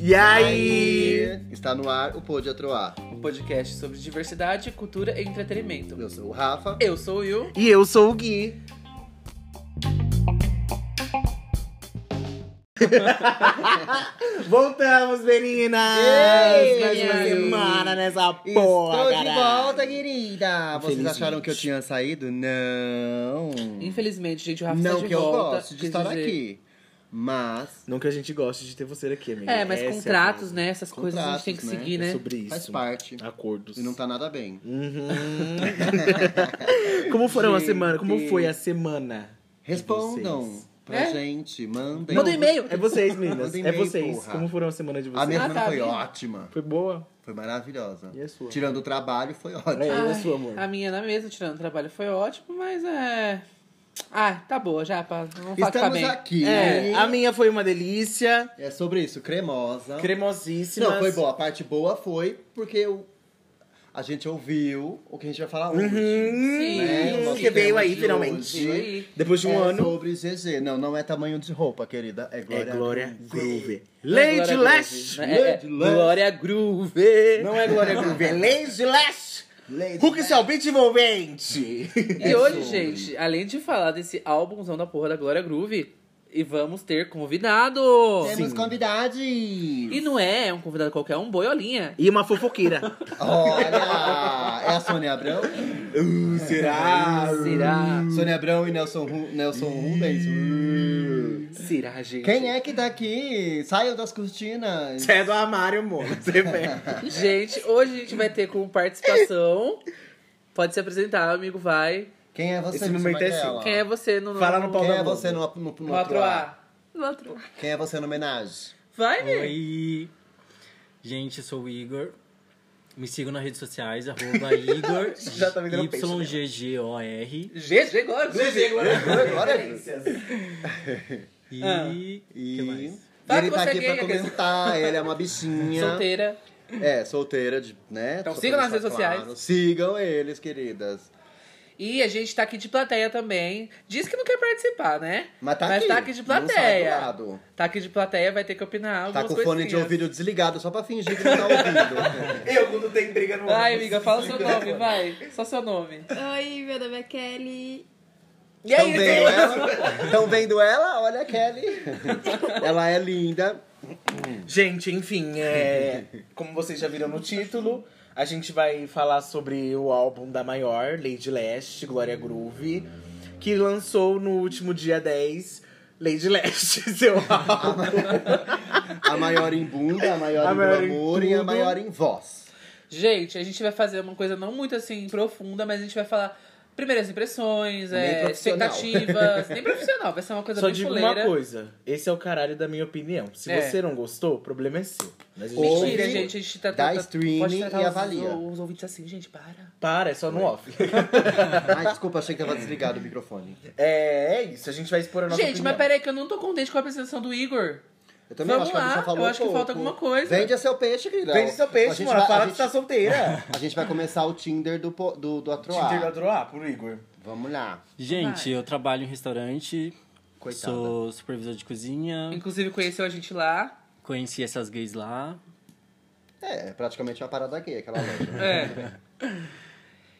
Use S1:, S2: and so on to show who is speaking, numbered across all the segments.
S1: E aí?
S2: Está no ar o Pod Atroar.
S3: Um podcast sobre diversidade, cultura e entretenimento.
S2: Eu sou o Rafa.
S3: Eu sou o Will.
S1: E eu sou o Gui. Voltamos, meninas!
S2: Ei,
S1: Mais uma
S2: meninas!
S1: semana nessa
S2: Estou
S1: porra,
S2: de
S1: cara.
S2: volta, querida! Vocês
S1: Infelizmente.
S2: acharam que eu tinha saído? Não.
S3: Infelizmente, gente, o Rafa está
S2: Não
S3: de
S2: que eu
S3: volta.
S2: gosto de
S3: quis
S2: estar
S3: dizer-
S2: aqui. Mas
S1: Não que a gente goste de ter você aqui, amiga.
S3: É, mas
S1: Essa a
S3: contratos,
S1: coisa.
S3: né? Essas coisas a gente tem que
S2: Contratos, né?
S3: seguir,
S1: É
S3: né?
S1: sobre isso.
S2: faz parte.
S1: Acordos.
S2: E não tá nada bem.
S1: Uhum. Como foram a
S2: Gente.
S1: semana? Como foi a semana?
S2: Respondam
S1: vocês.
S2: pra
S3: É?
S2: gente. Mandem.
S3: Manda um e-mail.
S1: É vocês, meninas.
S2: Manda
S1: É
S2: e-mail,
S1: vocês.
S2: porra.
S1: Como foram a semana de vocês?
S2: A minha
S3: Ah,
S2: semana
S3: tá
S2: foi
S3: bem.
S2: ótima.
S1: Foi boa?
S2: Foi maravilhosa.
S1: E a sua?
S2: Tirando o trabalho, foi
S1: É, e
S2: ótimo.
S1: a
S3: Ai,
S1: sua, amor?
S3: A minha na mesa, tirando o trabalho, foi ótimo, mas é. Ah, tá boa já, pá. Vamos falar que tá
S2: Estamos
S3: bem.
S2: aqui. né?
S1: É, a minha foi uma delícia.
S2: É sobre isso, cremosa.
S1: Cremosíssima.
S2: Não, foi boa. A parte boa foi porque eu- a gente ouviu o que a gente vai falar hoje.
S1: Uhum,
S2: né? O nosso
S1: que veio
S2: tema
S1: aí,
S2: de
S1: finalmente.
S2: hoje
S3: Aí.
S1: Depois de um
S2: é
S1: ano.
S2: sobre GG. Não, não é tamanho de roupa, querida. É
S1: É
S2: Glória.
S1: Glória
S2: Groove.
S1: Groove.
S3: Não é
S1: Lady
S3: Glória
S1: Lash.
S3: Groove, né? É, é
S2: Lady Lash.
S3: Glória Groove.
S1: Não é Glória Groove, é Lady Lash.
S2: Lady
S1: Hook seu beat envolvente.
S3: E
S2: É sobre.
S3: hoje, gente, além de falar desse álbumzão da porra da Glória Groove, e vamos ter convidado.
S2: Temos convidados.
S3: E não é um convidado qualquer, é um boiolinha.
S1: E uma fofoqueira.
S2: Olha! É a Sônia Abrão?
S1: Uh, será?
S3: Será?
S1: Hum.
S2: Sônia Abrão e Nelson, Ru- Nelson Rubens. Uh.
S3: Será, gente?
S2: Quem é que daqui? Saiu das cortinas.
S1: Você é do armário, amor. Você vê.
S3: Gente, hoje a gente vai ter com participação. Pode se apresentar, amigo, vai.
S2: Quem é você?
S1: Esse
S2: Lúcio
S1: momento é seu.
S2: Magrela?
S3: Quem é você no
S1: Fala no pau
S2: Quem
S1: da
S2: é
S1: mão.
S2: você no, no, no
S3: no 4A?
S2: Troá?
S3: No 4A.
S2: Quem é você no homenagem?
S3: Vai, né?
S4: Oi! Gente, eu sou o Igor. Me sigam nas redes sociais, arroba Igor
S1: Já tá me dando peixe, né?
S4: YGGOR.
S3: GG agora. GG
S2: Glória.
S4: E.
S3: Ah.
S2: E
S4: que mais?
S3: Fala
S2: ele
S3: que
S2: tá
S3: você é
S2: aqui
S3: gay,
S2: pra comentar, ele é uma bichinha.
S3: Solteira.
S2: É, solteira, de, né?
S3: Então
S2: Só
S3: sigam
S2: pra
S3: nas
S2: deixar
S3: redes sociais.
S2: Sigam eles, queridas.
S3: E a gente tá aqui de plateia também. Diz que não quer participar, né?
S2: Mas tá
S3: Mas
S2: aqui.
S3: tá aqui de
S2: não sai do
S3: plateia.
S2: lado.
S3: Tá aqui de plateia, vai ter que opinar
S2: Tá
S3: algumas
S2: com o fone de
S3: coisinhas.
S2: ouvido desligado, só pra fingir que não tá ouvindo.
S1: Eu, quando tem briga no
S3: Ai, amiga, fala seu nome, vai. Só seu nome.
S5: Oi, meu nome é Kelly.
S3: E
S2: Estão
S3: aí,
S2: vendo
S3: gente?
S2: ela? Estão vendo ela? Olha a Kelly. ela é linda.
S1: Gente, enfim, é, como vocês já viram no título, a gente vai falar sobre o álbum da maior, Lady Leste, Glória Groove, que lançou no último dia 10, Lady Leste, seu
S3: Ah,
S1: álbum.
S2: A maior em bunda, a maior
S1: A
S2: em
S1: maior em
S2: glamour e a
S1: tudo.
S2: maior em voz.
S3: Gente, a gente vai fazer uma coisa não muito assim profunda, mas a gente vai falar primeiras impressões,
S2: Nem
S3: é,
S2: profissional.
S3: expectativas. Nem profissional, vai ser uma coisa
S1: Só
S3: bem
S1: digo
S3: fuleira.
S1: uma coisa, esse é o caralho da minha opinião. Se
S3: É.
S1: você não gostou, o problema é seu. Mas a gente
S2: Ou-
S3: Mentira,
S2: Ouve,
S3: gente. A gente tá
S2: dá streaming
S3: pode tratar
S2: e
S3: os-
S2: avalia.
S3: Os, ouvintes assim, gente, para.
S1: para, é só no off.
S2: Ai, desculpa, achei que tava desligado o microfone.
S1: É, é isso, a gente vai expor a nossa
S3: gente,
S1: opinião.
S3: mas peraí, que eu não tô contente com a apresentação do Igor.
S2: Eu também
S3: Vamos
S2: acho que a
S3: lá,
S2: gente já falou
S3: eu acho que
S2: um pouco.
S3: falta alguma coisa.
S2: Vende seu peixe, querida.
S1: Vende seu
S2: A
S1: peixe,
S2: gente
S1: mano,
S2: vai-
S1: fala
S2: a
S1: que
S2: gente-
S1: tá solteira.
S2: A gente vai começar o Tinder do, po- do, do Atroar.
S1: Tinder da Droá, pro Igor.
S2: Vamos lá.
S4: Gente, eu trabalho em restaurante.
S2: Coitada.
S4: Sou supervisor de cozinha.
S3: Inclusive, conheceu a gente lá.
S4: Conheci essas gays lá.
S2: É, é praticamente uma parada gay aquela loja.
S3: É.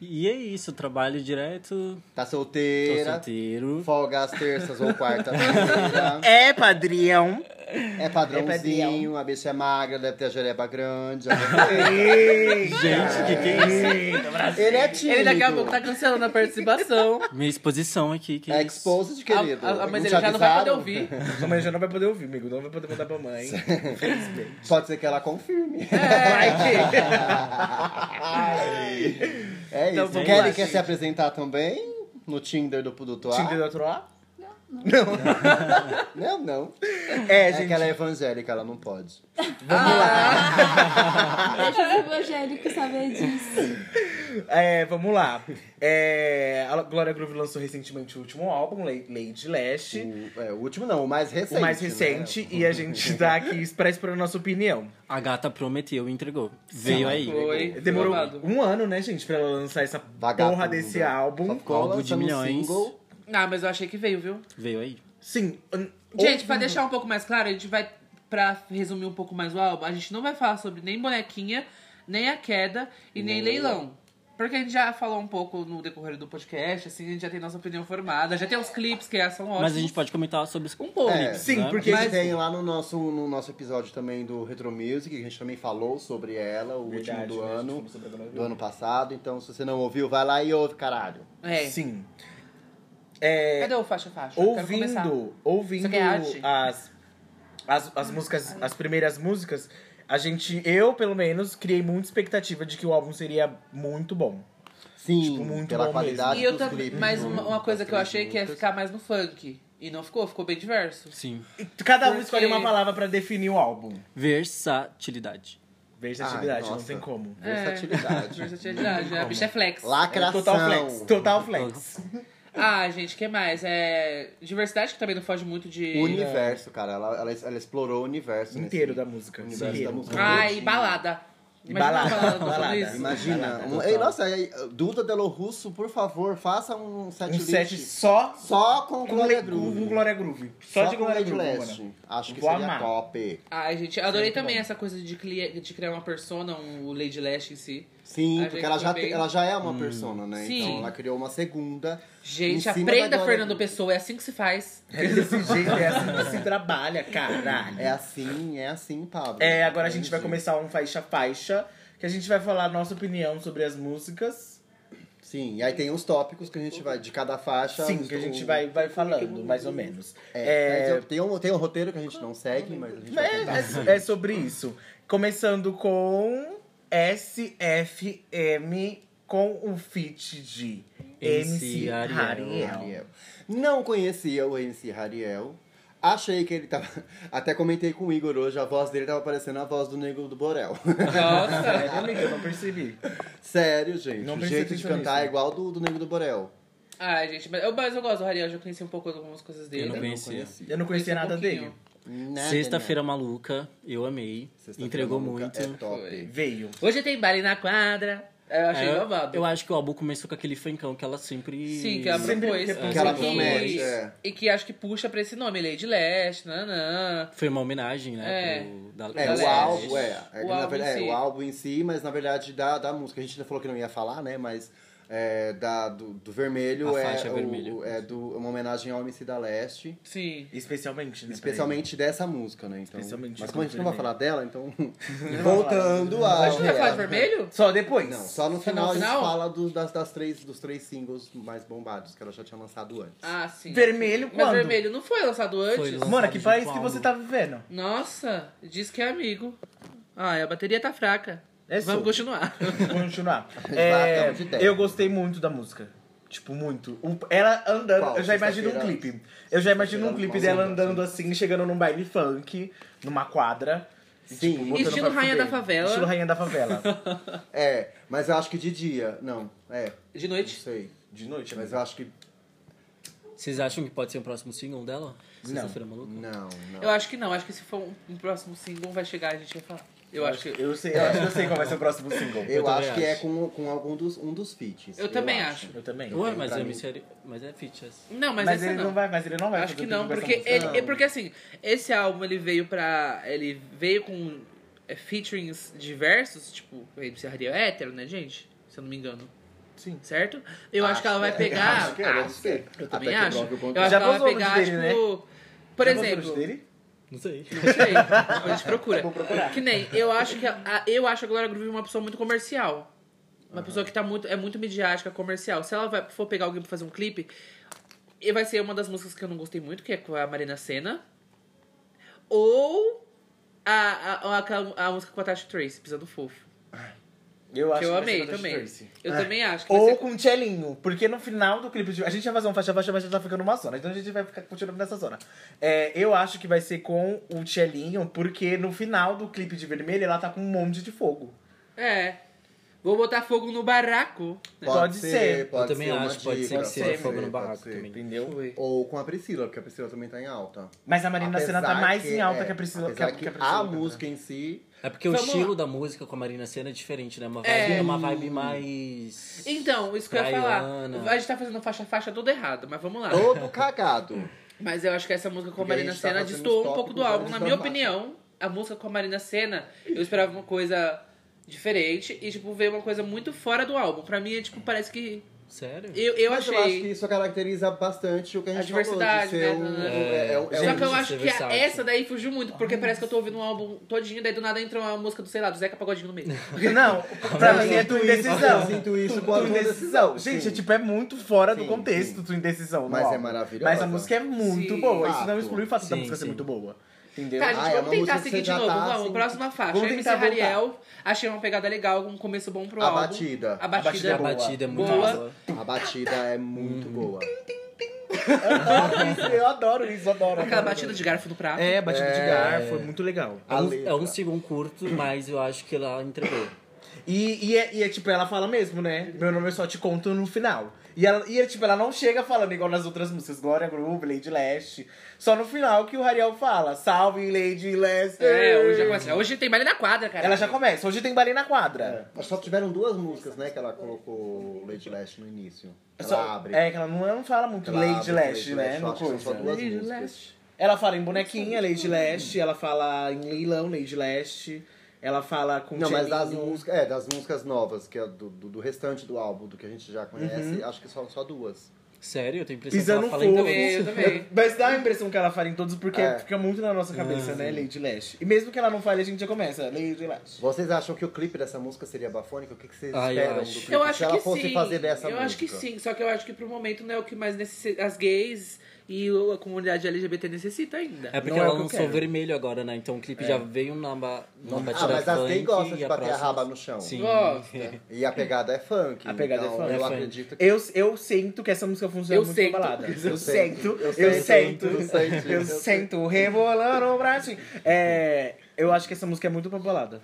S4: E é isso, trabalho direto.
S2: Tá
S4: Tô
S2: solteira,
S4: solteiro.
S2: folga às terças ou quarta-feira.
S1: É, padrinho.
S2: É padrãozinho, a bicha é magra, deve ter a jereba grande.
S1: Gente, que que é isso?
S2: Ele é tímido.
S3: Ele daqui a pouco tá cancelando a participação.
S4: Minha exposição aqui, que
S2: É
S4: é isso.
S2: exposed, querido.
S3: A- a- Ah, mas
S2: Não
S3: ele
S2: te
S3: já não vai poder
S2: avisaram?
S3: ouvir.
S1: Sua mãe já não vai poder ouvir, amigo. Não vai poder mandar pra mãe. Infelizmente.
S2: Pode ser que ela confirme.
S3: É.
S2: É
S3: Então,
S2: isso.
S3: vamos
S2: Kelly
S3: lá,
S2: quer
S3: gente.
S2: se apresentar também? No Tinder do Pudutuá?
S1: Tinder da Troá?
S2: Não, não.
S1: É,
S2: É,
S1: gente.
S2: que ela é evangélica, ela não pode.
S5: Deixa os evangélicos saber disso.
S1: É, vamos lá. É, a Glória Groove lançou recentemente o último álbum, La- Lady Lash.
S2: O, é, o último não, o mais recente.
S1: O mais
S2: né?
S1: recente. E a gente tá aqui expresso pra nossa opinião.
S4: A gata prometeu e entregou. Veio aí.
S3: Foi.
S1: Demorou
S3: Babado.
S1: um ano, né, gente, pra ela lançar essa
S2: Vagabunda.
S1: porra desse
S2: Só
S1: álbum.
S2: ficou
S4: Álbum de
S2: lançando
S4: milhões.
S2: single.
S3: Ah, mas eu achei que veio, viu?
S4: Veio aí.
S1: Sim. hum,
S3: Gente,
S1: ou-
S3: pra deixar um pouco mais claro, a gente vai. Pra resumir um pouco mais o álbum, a gente não vai falar sobre nem bonequinha, nem a queda e nem leilão. Porque a gente já falou um pouco no decorrer do podcast, assim, a gente já tem nossa opinião formada, já tem os clipes que são ótimos.
S4: Mas a gente pode comentar sobre isso
S3: Um pouco.
S2: É,
S1: Sim,
S4: né?
S1: porque-
S2: Que a gente
S3: Mas-
S2: tem lá no nosso, no nosso episódio também do Retro Music, que a gente também falou sobre ela, o
S1: Verdade,
S2: último do
S1: né?
S2: ano,
S1: Falamos sobre a Dona
S2: do ano passado. Então, se você não ouviu, vai lá e ouve, caralho.
S3: É.
S1: Sim. É,
S3: Cadê o faixa faixa? Eu quero começar.
S1: ouvindo, ouvindo
S3: Isso aqui é arte. Ah, tá.
S1: as, as, as músicas, as primeiras músicas, a gente, eu pelo menos, criei muita expectativa de que o álbum seria muito bom.
S2: Sim,
S1: Tipo, muito
S2: pela
S1: bom
S2: qualidade
S3: E eu
S2: dos
S3: tam-
S2: clipes.
S3: Mas
S2: do-
S3: uma, uma
S2: das
S3: coisa que eu
S2: três
S3: achei que ia
S2: músicas.
S3: ficar mais no funk. E não ficou, ficou bem diverso.
S4: Sim.
S1: E cada um
S3: Porque-
S1: escolhe uma palavra pra definir o álbum.
S4: Versatilidade.
S2: Ai,
S1: Versatilidade, não
S2: nossa.
S1: tem como.
S3: É.
S2: Versatilidade.
S3: Versatilidade, a bicha é flex.
S2: Lacração.
S1: Total flex, total flex.
S3: Ah, gente, o que mais? É... Diversidade, que também não foge muito de.
S2: O universo, cara. Ela, ela, ela explorou o universo.
S1: Inteiro
S2: nesse-
S1: da música.
S2: o universo
S1: Inteiro.
S2: da música.
S3: Ai, balada.
S1: E
S3: Imagina
S1: balada,
S3: uma balada, falando
S1: balada.
S3: isso.
S2: Imagina.
S4: Balada,
S2: um-
S4: total.
S2: ei, nossa, aí, Duda Delo Russo, por favor, faça um set
S1: Um
S2: list
S1: set só
S2: só com
S1: com,
S2: Glória
S1: Le...
S2: Groove.
S1: com Glória Groove. Só, de
S2: com
S1: Glória
S2: Lady
S1: Groove,
S2: Leste.
S1: mano.
S2: Acho que
S1: Vou
S2: seria
S1: amar.
S2: top.
S3: Ai, gente, eu adorei
S1: Muito
S3: também
S1: bom.
S3: essa coisa de, cli- de criar uma persona, um Lady Lash em si.
S2: Sim,
S3: A gente
S2: porque ela já,
S3: também-
S2: tem- ela já é
S1: Hum.
S2: uma persona, né?
S3: Sim.
S2: Então ela criou uma segunda. Em
S3: Gente,
S2: cima da
S3: aprenda,
S2: Glória
S3: Fernando
S2: Groove.
S3: Pessoa, é assim que se faz.
S1: É desse jeito, é assim que se trabalha, caralho.
S2: É assim, é assim, Pablo.
S1: Hum. É, agora a gente vai
S2: Entendi.
S1: começar um faixa-faixa, que a gente vai falar a nossa opinião sobre as músicas.
S2: Sim, e aí tem os tópicos que a gente vai, de cada faixa.
S1: Sim,
S2: os-
S1: que a gente
S2: o-
S1: vai, vai falando, mais ou menos.
S2: É,
S1: É,
S2: mas Tem, um, tem um roteiro que a gente não segue, mas a gente vai tentar.
S1: é, é sobre isso. Começando com SFM, com o feat de MC
S4: MC Ariel.
S1: Ariel.
S2: Hariel. Não conhecia o MC Hariel. Achei que ele tava. Até comentei com o Igor hoje, a voz dele tava parecendo a voz do Negro do Borel.
S1: Sério,
S3: Nossa.
S1: amiga, eu não percebi.
S2: Sério, gente.
S1: Não
S2: o
S1: prestei
S2: jeito de
S1: atenção
S2: cantar
S1: nisso.
S2: é igual do, do Negro do Borel.
S3: Ai, gente, mas eu, mas eu gosto do Ariel, já conheci um pouco de algumas coisas dele.
S4: Eu não
S2: Eu
S4: conhecia.
S1: Eu não conhecia
S3: Conheci um
S1: nada
S3: pouquinho.
S1: dele.
S3: Né,
S2: Nada,
S4: Sexta-feira
S2: nada.
S4: maluca, eu amei.
S2: Né, Sexta-feira
S4: Entregou
S2: Maluca
S4: muito.
S2: É top.
S3: Foi.
S1: Veio.
S3: Hoje tem baile na quadra. Eu achei
S4: É,
S3: babado.
S4: eu acho que o álbum começou com aquele funkão que ela sempre.
S3: Sim, que é ela
S1: Sempre
S3: propôs.
S1: que
S2: ela
S3: E-
S2: promete, é.
S3: E que acho que puxa pra esse nome, Lady Lash, nanã.
S4: Foi uma homenagem, né?
S3: É.
S4: pro- da,
S2: É,
S4: da
S2: o
S4: Leste.
S2: álbum, é. é,
S3: O
S2: na
S3: álbum
S2: verdade,
S3: em
S2: é,
S3: si.
S2: o álbum em si, mas na verdade da, da música. A gente ainda falou que não ia falar, né? Mas é, da, do, do vermelho
S4: A
S2: é,
S4: faixa
S2: o-
S4: vermelha.
S2: é do, uma homenagem ao MC da Leste.
S3: Sim.
S1: Especialmente, né?
S2: Especialmente dessa música, né? Então,
S1: Especialmente
S2: mas como a
S1: do
S2: gente não vai
S1: vermelho.
S2: falar dela, então.
S1: vai
S2: Voltando a.
S3: A gente não vai falar de vermelho?
S1: peraí. Só depois.
S2: Não, só no
S3: No
S2: final, a
S3: final?
S2: gente fala dos, das, das três, dos três singles mais bombados que ela já tinha lançado antes.
S3: Ah, sim.
S1: Vermelho
S3: Mas
S1: quando?
S3: vermelho não foi lançado antes?
S4: lançado.
S1: Mano, que
S4: de
S1: país que
S4: qual?
S1: você tá vivendo?
S3: Nossa, diz que é amigo. Ai, a bateria tá fraca.
S1: É
S3: Vamos
S1: sobre.
S3: continuar.
S1: Vou continuar.
S2: gente vai até
S1: É,
S2: onde der.
S1: eu gostei muito da música. Tipo, muito. O- ela andando,
S2: Qual?
S1: eu já imagino um
S2: Sexta-feira?
S1: clipe. Eu já imagino um
S2: Sexta-feira,
S1: clipe
S2: qual
S1: dela
S2: música?
S1: andando assim, chegando num baile funk, numa quadra. e, tipo,
S2: Sim.
S1: botando
S3: Estilo
S1: pra
S3: Rainha
S1: fuder.
S3: da Favela.
S1: Estilo Rainha da Favela.
S2: É, mas eu acho que de dia. Não, é,
S3: De
S2: não
S3: noite?
S2: sei.
S1: De noite,
S2: Mas
S1: mas
S2: eu acho que.
S4: Vocês acham que pode ser o próximo single dela? Sexta-feira maluca?
S2: Não, não.
S3: Eu acho que não. Acho que se for um, um próximo single, vai chegar, a gente vai falar. Eu acho que.
S1: eu sei, eu acho que eu sei qual vai ser o próximo single.
S2: É. Eu,
S4: Eu também
S2: acho que é
S4: acho.
S2: com, com algum dos, um dos feats.
S3: Eu também acho.
S1: Eu também.
S4: Ué, mas
S2: pra
S4: é,
S2: mim.
S4: mistério, mas é features.
S3: Não, mas,
S1: mas
S3: essa
S1: ele não.
S3: não.
S1: vai, mas ele não vai.
S3: Acho
S1: fazer
S3: que
S1: o clipe
S3: não,
S1: com essa
S3: porque
S1: música.
S3: ele,
S2: Não.
S3: é porque assim, esse álbum ele veio pra. Ele veio com é, featurings diversos, tipo, o MC Ariel é hétero, né, gente? Se eu não me engano.
S1: Sim.
S3: Certo? Eu acho, que ela vai pegar.
S2: Acho que é, deve ser.
S3: Eu também
S2: Até que é
S3: acho.
S2: prove o
S3: Eu
S2: contrário.
S3: acho que
S1: Já
S3: ela vai
S1: vazou nudes
S3: pegar,
S1: dele,
S3: tipo.
S1: né?
S3: Por
S1: Já gostou
S3: exemplo.
S1: dele?
S4: Não sei.
S3: Não sei. Depois a gente procura. Que nem, eu acho que a, a- eu acho a Glória Groove uma pessoa muito comercial. Uma pessoa que tá muito, é muito midiática, comercial. Se ela vai, for pegar alguém pra fazer um clipe, e vai ser uma das músicas que eu não gostei muito, que é com a Marina Senna. Ou a, a, a, aquela- a música com a Tati Trace, Pisa do Fofo.
S1: Eu acho
S3: Que eu
S1: que vai ser
S3: amei
S1: com a Tati
S3: também.
S1: Tracy. É.
S3: Eu também acho. Que vai
S1: Ou
S3: ser-
S1: com o Tchelinho, porque no final do clipe, de- a gente vai fazer um faixa a faixa, mas já tá ficando uma zona, então a gente vai ficar continuando nessa zona. É, eu acho que vai ser com o Tchelinho, porque no final do clipe de vermelho ela tá com um monte de fogo.
S3: É. Vou botar fogo no barraco.
S1: Pode ser.
S4: eu também
S2: uma
S4: acho, pode ser
S2: dica,
S4: que seja
S2: pode
S4: fogo
S2: ser,
S4: no barraco
S2: pode ser.
S4: também.
S1: Entendeu?
S2: Ou com a Priscila, porque a Priscila também tá em alta.
S1: Mas a Marina Sena tá
S2: Apesar
S1: mais
S2: que-
S1: em alta
S2: é,
S1: que a Priscila.
S2: apesar
S1: a,
S2: que
S1: a Priscila né?
S2: a
S1: canta.
S2: música em si.
S4: É porque
S3: Vamos
S4: o
S3: lá.
S4: estilo da música com a Marina Senna é diferente, né? Uma
S3: É.
S4: vibe, uma vibe mais.
S3: Então, isso que eu ia falar.
S4: Praiana.
S3: A gente tá fazendo faixa a faixa toda errada, mas vamos lá.
S2: Todo cagado.
S3: Mas eu acho que essa música com a
S2: Porque a
S3: Marina
S2: gente tá
S3: Senna
S2: fazendo
S3: destoou
S2: os
S3: um pouco do
S2: tópicos
S3: álbum.
S2: antes
S3: Na
S2: do
S3: minha
S2: abate.
S3: opinião, a música com a Marina Senna, eu esperava uma coisa diferente e, tipo, veio uma coisa muito fora do álbum. Pra mim, é, tipo, parece que.
S4: Sério?
S3: Eu, eu
S2: Mas
S3: achei.
S2: eu acho que isso caracteriza bastante o que a gente
S3: A diversidade,
S2: falou, de ser
S3: né?
S2: um-
S4: É.
S2: é um- é
S3: Só
S2: um-
S3: que eu acho
S4: ser
S3: que a-
S4: versátil.
S1: assim.
S3: essa daí fugiu muito, porque parece que eu tô ouvindo um álbum todinho, daí do nada entra uma música do, sei lá, do Zeca Pagodinho no meio. Tá,
S1: Não, pra mim é
S2: sinto
S1: tua
S2: isso,
S1: indecisão.
S2: eu sinto isso
S1: Tu-
S2: com a
S1: tu
S2: tua
S1: indecisão.
S2: decisão,
S1: Gente,
S2: sim.
S1: é, tipo, é muito fora do
S2: Sim,
S1: contexto
S2: sim.
S1: tua indecisão. no
S2: Mas é
S1: álbum.
S2: maravilhosa.
S1: Mas a música é muito
S3: Sim,
S1: boa. Isso
S2: fato.
S1: não exclui o fato da
S4: Sim,
S1: música ser
S4: sim.
S1: muito boa. Entendeu?
S3: Tá,
S2: Ah,
S3: gente,
S2: é
S3: vamos
S2: uma
S3: tentar
S2: música que
S3: seguir
S2: você
S3: de
S2: já
S3: novo.
S2: tá,
S3: vamos,
S2: assim,
S3: próxima faixa.
S1: vamos
S3: MC
S1: tentar voltar.
S3: Rariel, achei uma pegada legal, um começo bom pro
S2: A
S3: álbum.
S2: batida.
S3: A
S1: A batida
S3: batida.
S1: é
S4: a
S1: boa.
S4: batida é muito
S3: Boa.
S4: boa.
S1: tipo-
S2: A batida é muito boa.
S1: Eu adoro isso, eu adoro.
S3: Aquela
S1: adoro.
S3: batida de garfo no prato.
S1: É, batida de garfo, é muito legal.
S4: É
S2: A
S4: um,
S2: letra.
S4: é um segundo curto, mas eu acho que ela entregou.
S1: E, e, é, e é tipo, ela fala mesmo, né? Meu nome eu só te conto no final. E, ela, e é, tipo, ela não chega falando igual nas outras músicas, Glória Groove, Lady Leste. Só no final que o Rariel fala, salve Lady Leste.
S3: É, hoje, já começa. hoje tem baile na quadra, cara.
S1: Ela já começa, hoje tem balé na quadra.
S2: Mas É. só tiveram duas músicas, né, que ela colocou Lady Lash no início. Ela
S1: Só-
S2: abre.
S1: É, que ela não, ela não fala muito
S2: Ela
S1: Lady
S2: abre
S1: Leste,
S2: Lady
S1: né?
S2: Lash, eu
S1: No
S2: acho que são
S1: coisa.
S2: só duas
S3: Lady
S2: músicas.
S3: Lash.
S1: Ela fala em bonequinha, Lady Leste. Ela fala em leilão, Lady Leste. Ela fala com
S2: Não, mas das
S1: Tchelinho.
S2: músicas, é, das músicas novas, que é do, do, do restante do álbum, do que a gente já conhece,
S1: Uhum.
S2: acho que são só duas.
S4: Sério, eu tenho a impressão que
S1: Pisando
S4: ela
S1: fogo.
S4: fala em
S3: também, eu
S4: todos.
S3: também.
S1: Mas dá a impressão que ela fala em todos, porque
S2: É. Uhum.
S1: fica muito na nossa cabeça, né, Lady Lash. E mesmo que ela não fale, a gente já começa, Lady Lash.
S2: Vocês acham que o clipe dessa música seria bafônico? O que, que vocês
S4: Ah, eu
S2: esperam
S4: acho.
S2: do clipe?
S3: Eu acho
S2: Tipo, Se ela
S3: que
S2: fosse
S3: sim.
S2: fazer dessa
S3: eu
S2: música. Ah,
S3: acho que sim, só que eu acho que pro momento não é o que mais necess... as gays e o- a comunidade LGBT necessita ainda.
S4: É porque
S1: Não é
S4: ela
S1: o que eu
S4: lançou
S1: quero.
S4: vermelho agora, né? Então o clipe já veio na, ba- na batida
S2: Ah, mas as
S4: funk
S2: gays gostam
S4: e
S2: de bater a
S4: próxima-
S2: raba no chão.
S4: Sim.
S3: Gosta.
S2: E a pegada é funk.
S1: A pegada é
S2: então
S1: funk.
S2: Eu
S1: É funk.
S2: acredito que.
S1: Eu, eu sinto que essa música funciona
S3: Eu
S1: muito
S3: sinto.
S1: na balada. Eu,
S2: sinto.
S1: sinto,
S2: Eu
S1: eu
S2: sinto,
S1: sinto,
S2: eu sinto.
S1: eu sinto, rebolando o braço. É, eu acho que essa música é muito pra balada.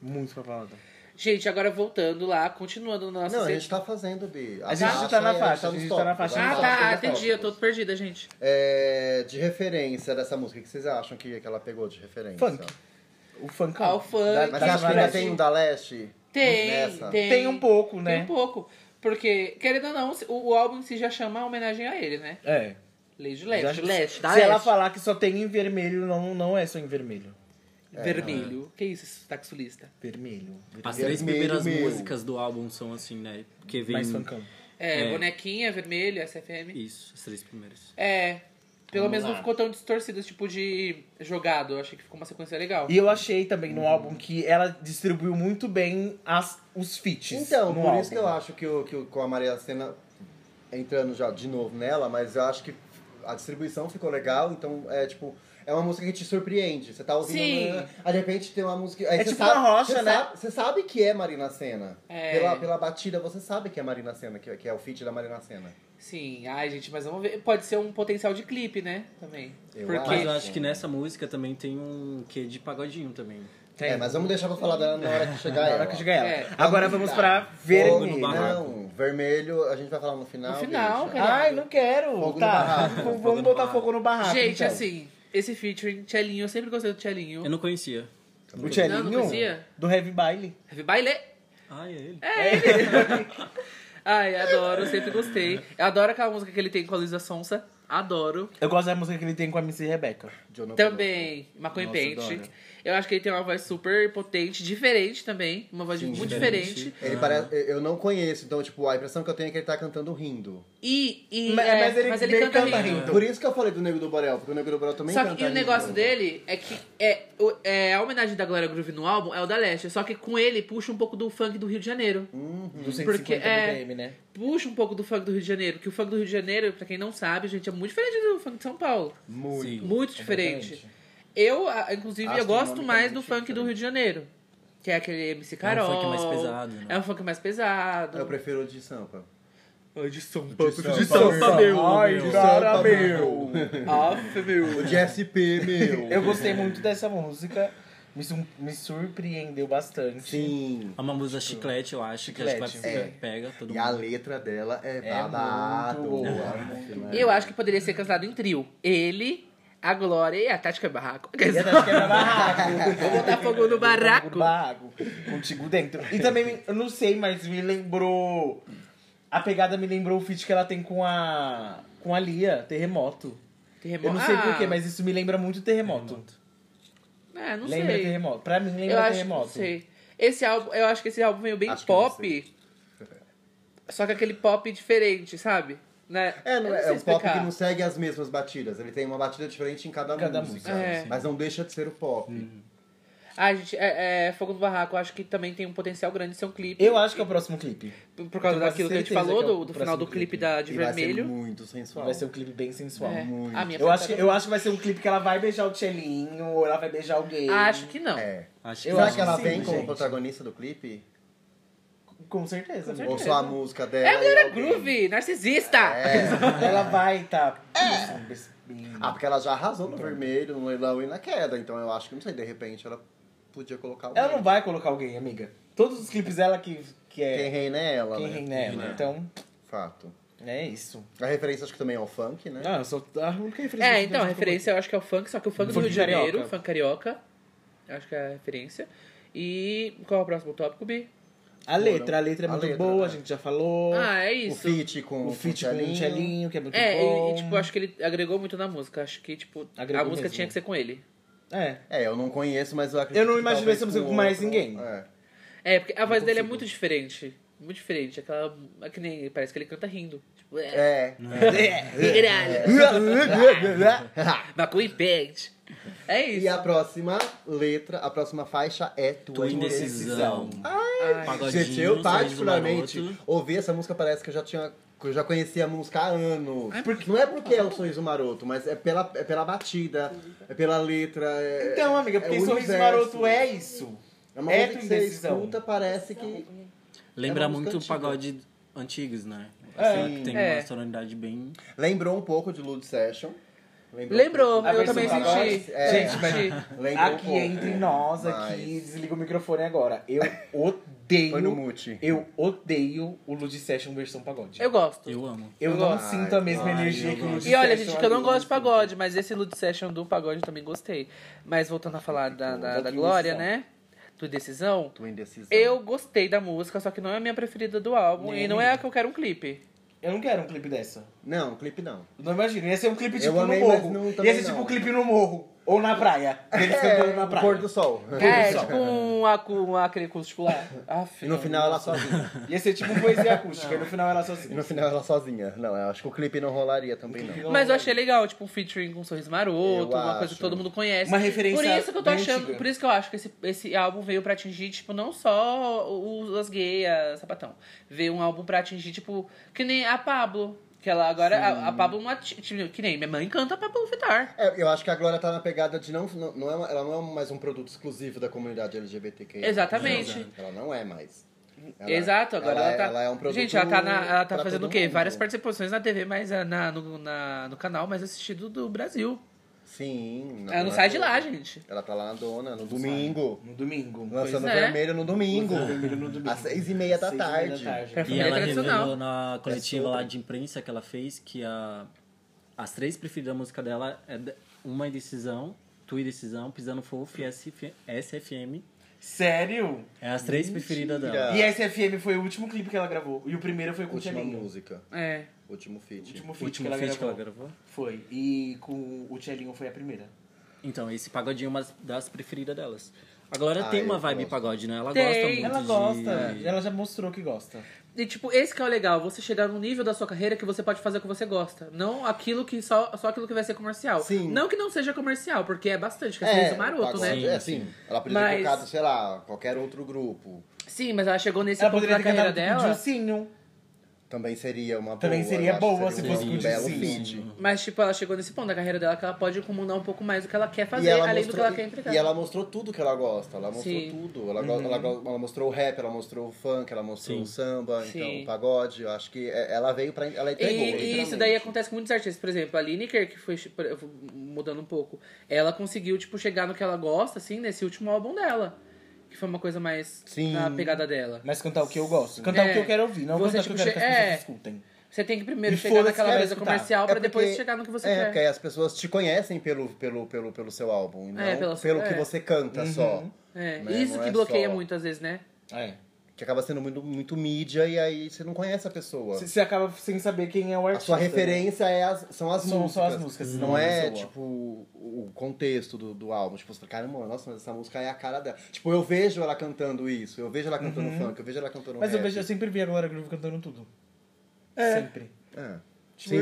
S1: Muito pra balada.
S3: Gente, agora voltando lá, continuando na nossa.
S2: Não, a
S3: se-
S2: gente tá fazendo, Bi.
S1: A gente já tá
S3: é
S1: na faixa, a gente tá na faixa.
S3: Ah,
S1: Vamos
S3: tá, entendi, eu tô perdida, gente.
S2: É, de referência dessa música, o que vocês acham que, que ela pegou de referência?
S1: Funk. O funk.
S3: Ah, o funk.
S2: Mas acho que ainda
S1: Leste.
S2: tem um da Leste?
S3: Tem,
S2: Nessa?
S3: tem.
S1: Tem um pouco, né?
S3: Tem um pouco. Porque, querendo ou não, o, o álbum em si já chama a homenagem a ele, né?
S1: É.
S3: Lady
S1: Já-
S3: Leste. Leste,
S1: Se
S3: da
S1: ela
S3: Leste.
S1: falar que só tem em vermelho, não, não é só em vermelho.
S3: Vermelho. É. Que isso, esse sotaque sulista?
S1: Vermelho.
S4: As três
S2: Vermelho
S4: primeiras
S2: meu.
S4: músicas do álbum são assim, né? Porque vem.
S1: Mais funkão.
S3: É,
S4: É.
S3: bonequinha, vermelho, SFM.
S4: Isso, as três primeiras.
S3: É. Pelo
S4: Vamos
S3: menos não
S4: lá.
S3: ficou tão distorcido, tipo, de jogado. Eu achei que ficou uma sequência legal.
S1: E eu achei também no álbum que ela distribuiu muito bem as, os feats.
S2: Então,
S1: no
S2: por isso
S1: álbum. né?
S2: que eu acho que, o, que o- com a Maria Sena entrando já de novo nela, mas eu acho que a distribuição ficou legal, então é tipo. É uma música que te surpreende. Você tá ouvindo.
S3: Sim.
S2: né, aí de repente tem uma música. Aí
S1: É
S2: você
S1: tipo
S2: sabe-
S1: uma rocha,
S2: você
S1: né?
S2: sabe- você sabe que é Marina Sena.
S3: É.
S2: Pela, pela batida, você sabe que é Marina Sena, que, que é o feat da Marina Sena.
S3: Sim, ai, gente, mas vamos ver. Pode ser um potencial de clipe, né? Também.
S2: Eu
S3: Porque.
S4: Mas eu
S2: acho.
S4: acho que nessa música também tem um quê de pagodinho também.
S1: Tem.
S2: É, mas vamos deixar pra falar dela na hora que chegar
S1: Na
S2: ela.
S1: hora que chegar ela.
S3: É.
S1: Agora vamos pra
S2: Fogo
S1: vermelho.
S2: no barraco. Não, vermelho, a gente vai falar no final.
S3: No final,
S2: bicha.
S3: cara.
S1: Ai, não quero.
S2: Fogo no
S1: tá.
S2: barraco.
S1: Vamos
S4: Fogo no
S1: botar
S4: barraco.
S1: fogo no barraco.
S3: gente,
S1: então.
S3: assim, esse featuring, Tchelinho, eu sempre gostei do Tchelinho.
S4: Eu não conhecia.
S1: O
S3: Não,
S1: Tchelinho
S3: não conhecia?
S1: do Heavy Baile.
S3: Heavy Baile!
S4: Ah, é ele.
S3: Ai, adoro, sempre gostei. Eu adoro aquela música que ele tem com a Luísa Sonsa. Adoro.
S1: Eu gosto da música que ele tem com a MC Rebecca.
S2: Jonathan.
S3: Também, Maconha e
S1: Nossa,
S3: Pente.
S1: adoro.
S3: Eu acho que ele tem uma voz super potente, diferente também. Uma voz muito diferente.
S4: diferente.
S2: Ele parece, eu não conheço, então, tipo, a impressão que eu tenho é que ele tá cantando rindo.
S3: E, e
S1: Mas-
S3: é,
S1: mas ele meio
S3: canta,
S1: canta
S3: rindo.
S1: rindo. Então-
S2: Por isso que eu falei do Nego do Borel, porque o Nego do Borel também
S3: Só
S2: canta
S3: que e o
S2: rindo.
S3: negócio dele é que é, o- é, a homenagem da Glória Groove no álbum é o da Leste, só que com ele puxa um pouco do funk do Rio de Janeiro.
S1: Do 150
S3: Porque, é,
S1: BPM, né?
S3: Puxa um pouco do funk do Rio de Janeiro, que o funk do Rio de Janeiro, pra quem não sabe, gente, é muito diferente do funk de São Paulo.
S2: Muito.
S4: Sim.
S3: Muito diferente. Eu, a- inclusive, eu gosto mais do
S2: Astronomicamente
S3: funk do Rio de Janeiro. Que é aquele MC Carol.
S4: funk mais pesado, né?
S3: É um funk mais pesado.
S2: Eu prefiro É o de Sampa.
S3: de São
S2: de
S4: Sampa, meu,
S1: Ai,
S4: meu.
S1: cara, meu.
S3: Aff, meu.
S2: O de SP, meu.
S1: Eu gostei muito dessa música. Me, sur- me surpreendeu bastante.
S2: Sim.
S4: É uma música chiclete, eu acho, que acho que vai
S1: Chiclete,
S4: pegar- pega todo
S2: E a
S4: mundo.
S2: letra dela é,
S1: É
S2: babado. É,
S1: muito boa.
S3: Eu acho que poderia ser casado em trio. Ele, a Glória e a Tática Barraco.
S1: E a Tati quebra é barraco.
S3: Vou botar fogo no barraco.
S1: barraco. Contigo dentro. E também, me- eu não sei, mas me lembrou... A pegada me lembrou o feat que ela tem com a... Com a Lia, Terremoto.
S3: Terremoto.
S1: Eu não sei
S3: ah,
S1: porquê, mas isso me lembra muito terremoto.
S3: É, não
S1: lembra
S3: sei.
S1: terremoto. Pra mim,
S3: Eu
S1: lembra
S3: acho,
S1: terremoto.
S3: não sei. Esse álbum, eu acho que esse álbum veio bem
S2: Acho que eu não
S3: pop. Só que aquele pop diferente, sabe? Né?
S2: É, não
S3: Eu
S2: é,
S3: sei
S2: é um pop
S3: explicar.
S2: que não segue as mesmas batidas. Ele tem uma batida diferente em cada,
S1: Cada
S2: música.
S1: música, Hum.
S3: É. sim.
S2: Mas não deixa de ser o pop.
S3: Ah, gente, é, é, Fogo no Barraco, eu acho que também tem um potencial grande de ser um clipe.
S1: Eu acho que é o próximo clipe.
S3: Por causa
S1: tenho quase
S3: daquilo que a gente
S1: certeza
S3: falou,
S1: que é o
S3: do, do final do
S1: próximo
S3: clipe
S1: clipe.
S3: da, Ah, de
S2: e vai ser
S3: vermelho.
S2: muito sensual.
S1: Vai ser um clipe bem sensual.
S3: É.
S2: muito.
S3: A minha
S1: Eu acho, que,
S3: preferida.
S1: eu acho que vai ser um clipe que ela vai beijar o Tchelinho, ou ela vai beijar alguém.
S3: Acho que não.
S2: É.
S4: Acho
S1: Eu
S2: Será
S1: acho
S2: que ela
S1: que
S2: vem
S1: sim,
S2: como
S1: gente.
S2: protagonista do clipe?
S1: Com certeza. né? amiga.
S3: Com
S2: Ou só a música dela?
S3: É a Glória
S2: e alguém?
S3: Groove, narcisista!
S2: É.
S1: Ela vai tá.
S2: Ah, porque ela já arrasou
S1: Então.
S2: no vermelho, no leilão e na queda. Então eu acho que, não sei, de repente ela podia colocar o.
S1: Ela não vai colocar alguém, amiga. Todos os clipes dela que, que é
S2: Quem
S1: quem,
S2: reina é ela, né?
S1: reina é ela. Então,
S2: Fato.
S1: é isso.
S2: A referência acho que também é o funk, né?
S1: Não, eu sou a única referência.
S3: É,
S1: que
S3: então, a
S1: eu
S3: referência eu acho que é o funk, só que o funk do
S1: Funk
S3: Rio de Janeiro,
S1: carioca.
S3: funk carioca. Eu acho que é a referência. E qual é o próximo tópico, Bi?
S1: A letra, a letra é
S2: A
S1: muito
S2: letra,
S1: boa,
S2: né?
S1: a gente já falou.
S3: Ah, é
S2: O
S3: isso.
S2: feat com
S1: o feat com o Tchelinho, que é muito
S3: É,
S1: bom.
S3: e, e, tipo, acho que ele agregou muito na música. Acho que, tipo,
S1: Agregou
S3: a música
S1: mesmo.
S3: tinha que ser com ele.
S1: É.
S2: É, eu não conheço, mas eu acredito
S1: Eu não
S2: que
S1: imaginei
S2: talvez
S1: essa música com
S2: outro-
S1: mais ninguém.
S2: É.
S3: É, porque a voz dele é
S1: consigo.
S3: muito diferente. Muito diferente. Aquela. É que nem. Parece que ele canta rindo. Tipo, é.
S2: É.
S3: Caralho. Macu Impact. É isso.
S2: E a próxima letra, a próxima faixa é Tua
S4: Tua
S2: Indecisão.
S4: indecisão. um Pagodinho,
S2: Gente, eu
S4: sorriso
S2: particularmente
S4: maroto.
S2: ouvi essa música, parece que eu já tinha. que Eu já conhecia a música há anos. Não é porque é o sorriso maroto, mas é pela, é pela batida, é pela letra. é-
S1: Então, amiga, porque
S2: é o
S1: sorriso
S2: universo.
S1: maroto é isso.
S2: É uma
S1: é
S2: música
S1: tua
S2: que você
S1: indecisão.
S2: escuta, parece que.
S4: Lembra
S2: É uma
S4: muito
S2: música
S4: o pagode antigos, né?
S1: É.
S4: Assim, que tem
S3: É.
S4: uma sonoridade bem.
S2: Lembrou um pouco de Lud Session. um
S3: Lembrou,
S1: A
S3: eu
S1: versão
S3: também
S1: pagode?
S3: senti.
S2: É.
S1: Gente, mas
S3: Senti.
S2: Lembrou um
S1: aqui
S2: pouco.
S1: entre nós,
S2: Mas-
S1: aqui, desliga o microfone agora. Eu odeio.
S2: Foi no mute.
S1: Eu odeio o Lud Session versão pagode.
S3: Eu gosto.
S4: Eu amo.
S1: Eu
S3: eu
S1: não
S2: gosto.
S1: sinto a mesma
S4: Ai,
S1: energia
S4: eu
S1: que o Lud
S4: gosto.
S3: E olha,
S1: Session é
S3: gente, que eu não
S1: ali.
S3: gosto de pagode, mas esse Lud Session do pagode eu também gostei. Mas voltando a falar da, da,
S1: Da tua
S3: da Glória,
S1: indecisão.
S3: né? Do Decisão.
S2: Tua Indecisão.
S3: Eu gostei da música, só que não é a minha preferida do álbum.
S1: Nem
S3: E não é a que eu quero um clipe.
S1: Eu não quero um clipe dessa.
S2: Não, clipe não.
S1: Eu Não imagino. Ia ser um clipe
S2: Eu
S1: tipo
S2: amei,
S1: no
S2: mas
S1: morro.
S2: não,
S1: Ia
S2: também
S1: ser
S2: não. É,
S1: tipo um clipe no morro. Ou na praia. Eles cantando na
S2: o
S1: praia.
S2: pôr do sol.
S3: É,
S1: só.
S3: tipo um, acu, um aquele acústico lá. Aff,
S2: E no
S3: não.
S2: final ela sozinha.
S1: Ia ser tipo poesia acústica. e no final assim. ela sozinha.
S2: E no final ela sozinha. Não, eu acho que o clipe não rolaria também, não.
S3: Mas eu achei legal, tipo, um featuring com um sorriso maroto,
S2: Então, é. Eu
S3: uma coisa
S2: acho.
S3: que todo mundo conhece.
S1: Uma referência
S3: Por isso que eu tô
S1: bem
S3: achando,
S1: antiga.
S3: por isso que eu acho que esse, esse álbum veio pra atingir, tipo, não só o- as gays, a sapatão. Veio um álbum pra atingir, tipo, que nem a Pablo. Que ela agora, a, a Pablo não ati- tipo, Que nem minha mãe canta a Pablo Vittar.
S2: É, eu acho que a Glória tá na pegada de não. não, não é, uma- ela não é mais um produto exclusivo da comunidade LGBTQ.
S3: Exatamente.
S2: Ela não é mais. Ela-
S3: Exato, agora ela,
S2: é-
S3: tá.
S2: Ela é um produto
S3: Gente, ela tá, na- ela tá
S2: pra
S3: fazendo
S2: todo
S3: o quê?
S2: mundo.
S3: Várias participações na TV, mas ah, na, no, na- no canal mais assistido do Brasil.
S2: Sim. na
S3: ela não
S2: dona
S3: sai de lá,
S2: Dona.
S3: gente.
S2: Ela tá lá na dona, no domingo.
S1: No domingo. um
S2: Lançando
S3: Pois é.
S2: vermelho no domingo. Às seis e meia da
S1: Seis e meia
S2: tarde. É.
S1: da
S4: E
S3: Família
S4: ela
S3: tradicional.
S4: revelou na coletiva
S2: sobre.
S4: lá de imprensa que ela fez que a, as três preferidas da música dela é de- Uma Indecisão, Tua Indecisão, Pisando Fofo e SF SFM.
S1: Sério?
S4: É as três preferidas dela.
S2: Ah.
S1: E SFM foi o último clipe que ela gravou. E o primeiro foi com o
S2: Última
S1: Tchelinho.
S2: música.
S3: É.
S2: Último feat.
S1: O último
S4: O
S1: feat que
S4: último
S1: ela
S4: feat
S1: gravou.
S4: que ela gravou.
S1: Foi. E com o Tchelinho foi a primeira.
S4: Então, esse pagodinho é uma das preferidas delas. Agora
S2: Ah,
S4: tem uma
S2: eu
S4: vibe
S2: gosto.
S4: pagode, né? Ela
S3: Tem.
S4: gosta muito
S1: Ela
S4: de...
S1: gosta. Ela já mostrou que gosta.
S3: E, tipo, esse que é o legal, você chegar num nível da sua carreira que você pode fazer o que você gosta. Não aquilo que só, só aquilo que vai ser comercial.
S2: Sim.
S3: Não que não seja comercial, porque é bastante, que é, sorriso maroto,
S2: pagode,
S3: né?
S4: Sim,
S2: É assim. Ela podia
S3: Mas-
S2: ter tocado, sei lá, qualquer outro grupo.
S3: Sim, mas ela chegou nesse
S1: ela
S3: ponto
S1: poderia
S3: da
S1: ter
S3: carreira
S1: cantado com o
S2: um
S3: dela.
S1: Dilcinho.
S2: Também seria uma boa.
S1: Também seria
S2: eu acho que
S1: boa se
S2: seria
S1: fosse
S2: um
S1: com o
S2: belo
S1: Dilcinho.
S2: feat.
S3: Mas, tipo, ela chegou nesse ponto da carreira dela que ela pode comandar um pouco mais do que ela quer fazer,
S2: E ela
S3: além do que
S2: mostrou-
S3: ela quer entregar.
S2: E ela mostrou tudo que ela gosta. Ela mostrou
S3: Sim.
S2: tudo. Ela, go- ela go- ela mostrou o rap, ela mostrou o funk, ela mostrou
S4: Sim.
S2: o samba, então
S3: Sim.
S2: o pagode. Eu acho que é- ela veio pra. Ela
S3: E,
S2: entregou.
S3: e isso
S2: literalmente.
S3: daí acontece com muitos artistas. Por exemplo, a Lineker, que foi tipo, eu vou mudando um pouco, ela conseguiu, tipo, chegar no que ela gosta, assim, nesse último álbum dela. Que foi uma coisa mais
S2: Sim.
S3: na pegada dela.
S1: Mas cantar o que eu gosto. Cantar
S3: É.
S1: o que eu quero ouvir. Não
S3: Você,
S1: cantar
S3: tipo,
S1: o que eu quero que as
S3: che-
S1: pessoas
S3: é.
S1: escutem.
S3: Você tem que primeiro
S1: E
S3: chegar
S1: foda-se
S3: naquela
S1: quero
S3: mesa
S1: escutar.
S3: comercial pra
S2: É
S3: depois
S2: porque-
S3: chegar no que você
S2: é,
S3: quer.
S2: porque aí as pessoas te conhecem pelo, pelo, pelo, pelo seu álbum, e não
S3: É, pela-
S2: pelo que
S3: é.
S2: você canta só.
S3: É,
S2: Né,
S3: isso
S2: não
S3: que
S2: é
S3: bloqueia
S2: só-
S3: muitas vezes, né?
S1: É.
S3: Que
S2: que acaba sendo muito, muito mídia e aí você não conhece a pessoa.
S1: Você você acaba sem saber quem é o
S2: A
S1: artista.
S2: sua
S1: né?
S2: referência é as- são as
S1: São-
S2: músicas.
S1: são as músicas,
S2: Não
S1: não a
S2: é,
S1: pessoa.
S2: tipo, o contexto do, do álbum. Tipo, você fala, caramba, nossa, mas essa música é a cara dela. Tipo, eu vejo ela cantando isso, eu vejo ela cantando funk, eu vejo ela cantando
S1: Uhum. Mas eu,
S2: rap.
S1: vejo, eu sempre vi a Glória Groove cantando tudo.
S3: É,
S1: Sempre.
S2: Ah,
S1: Sim.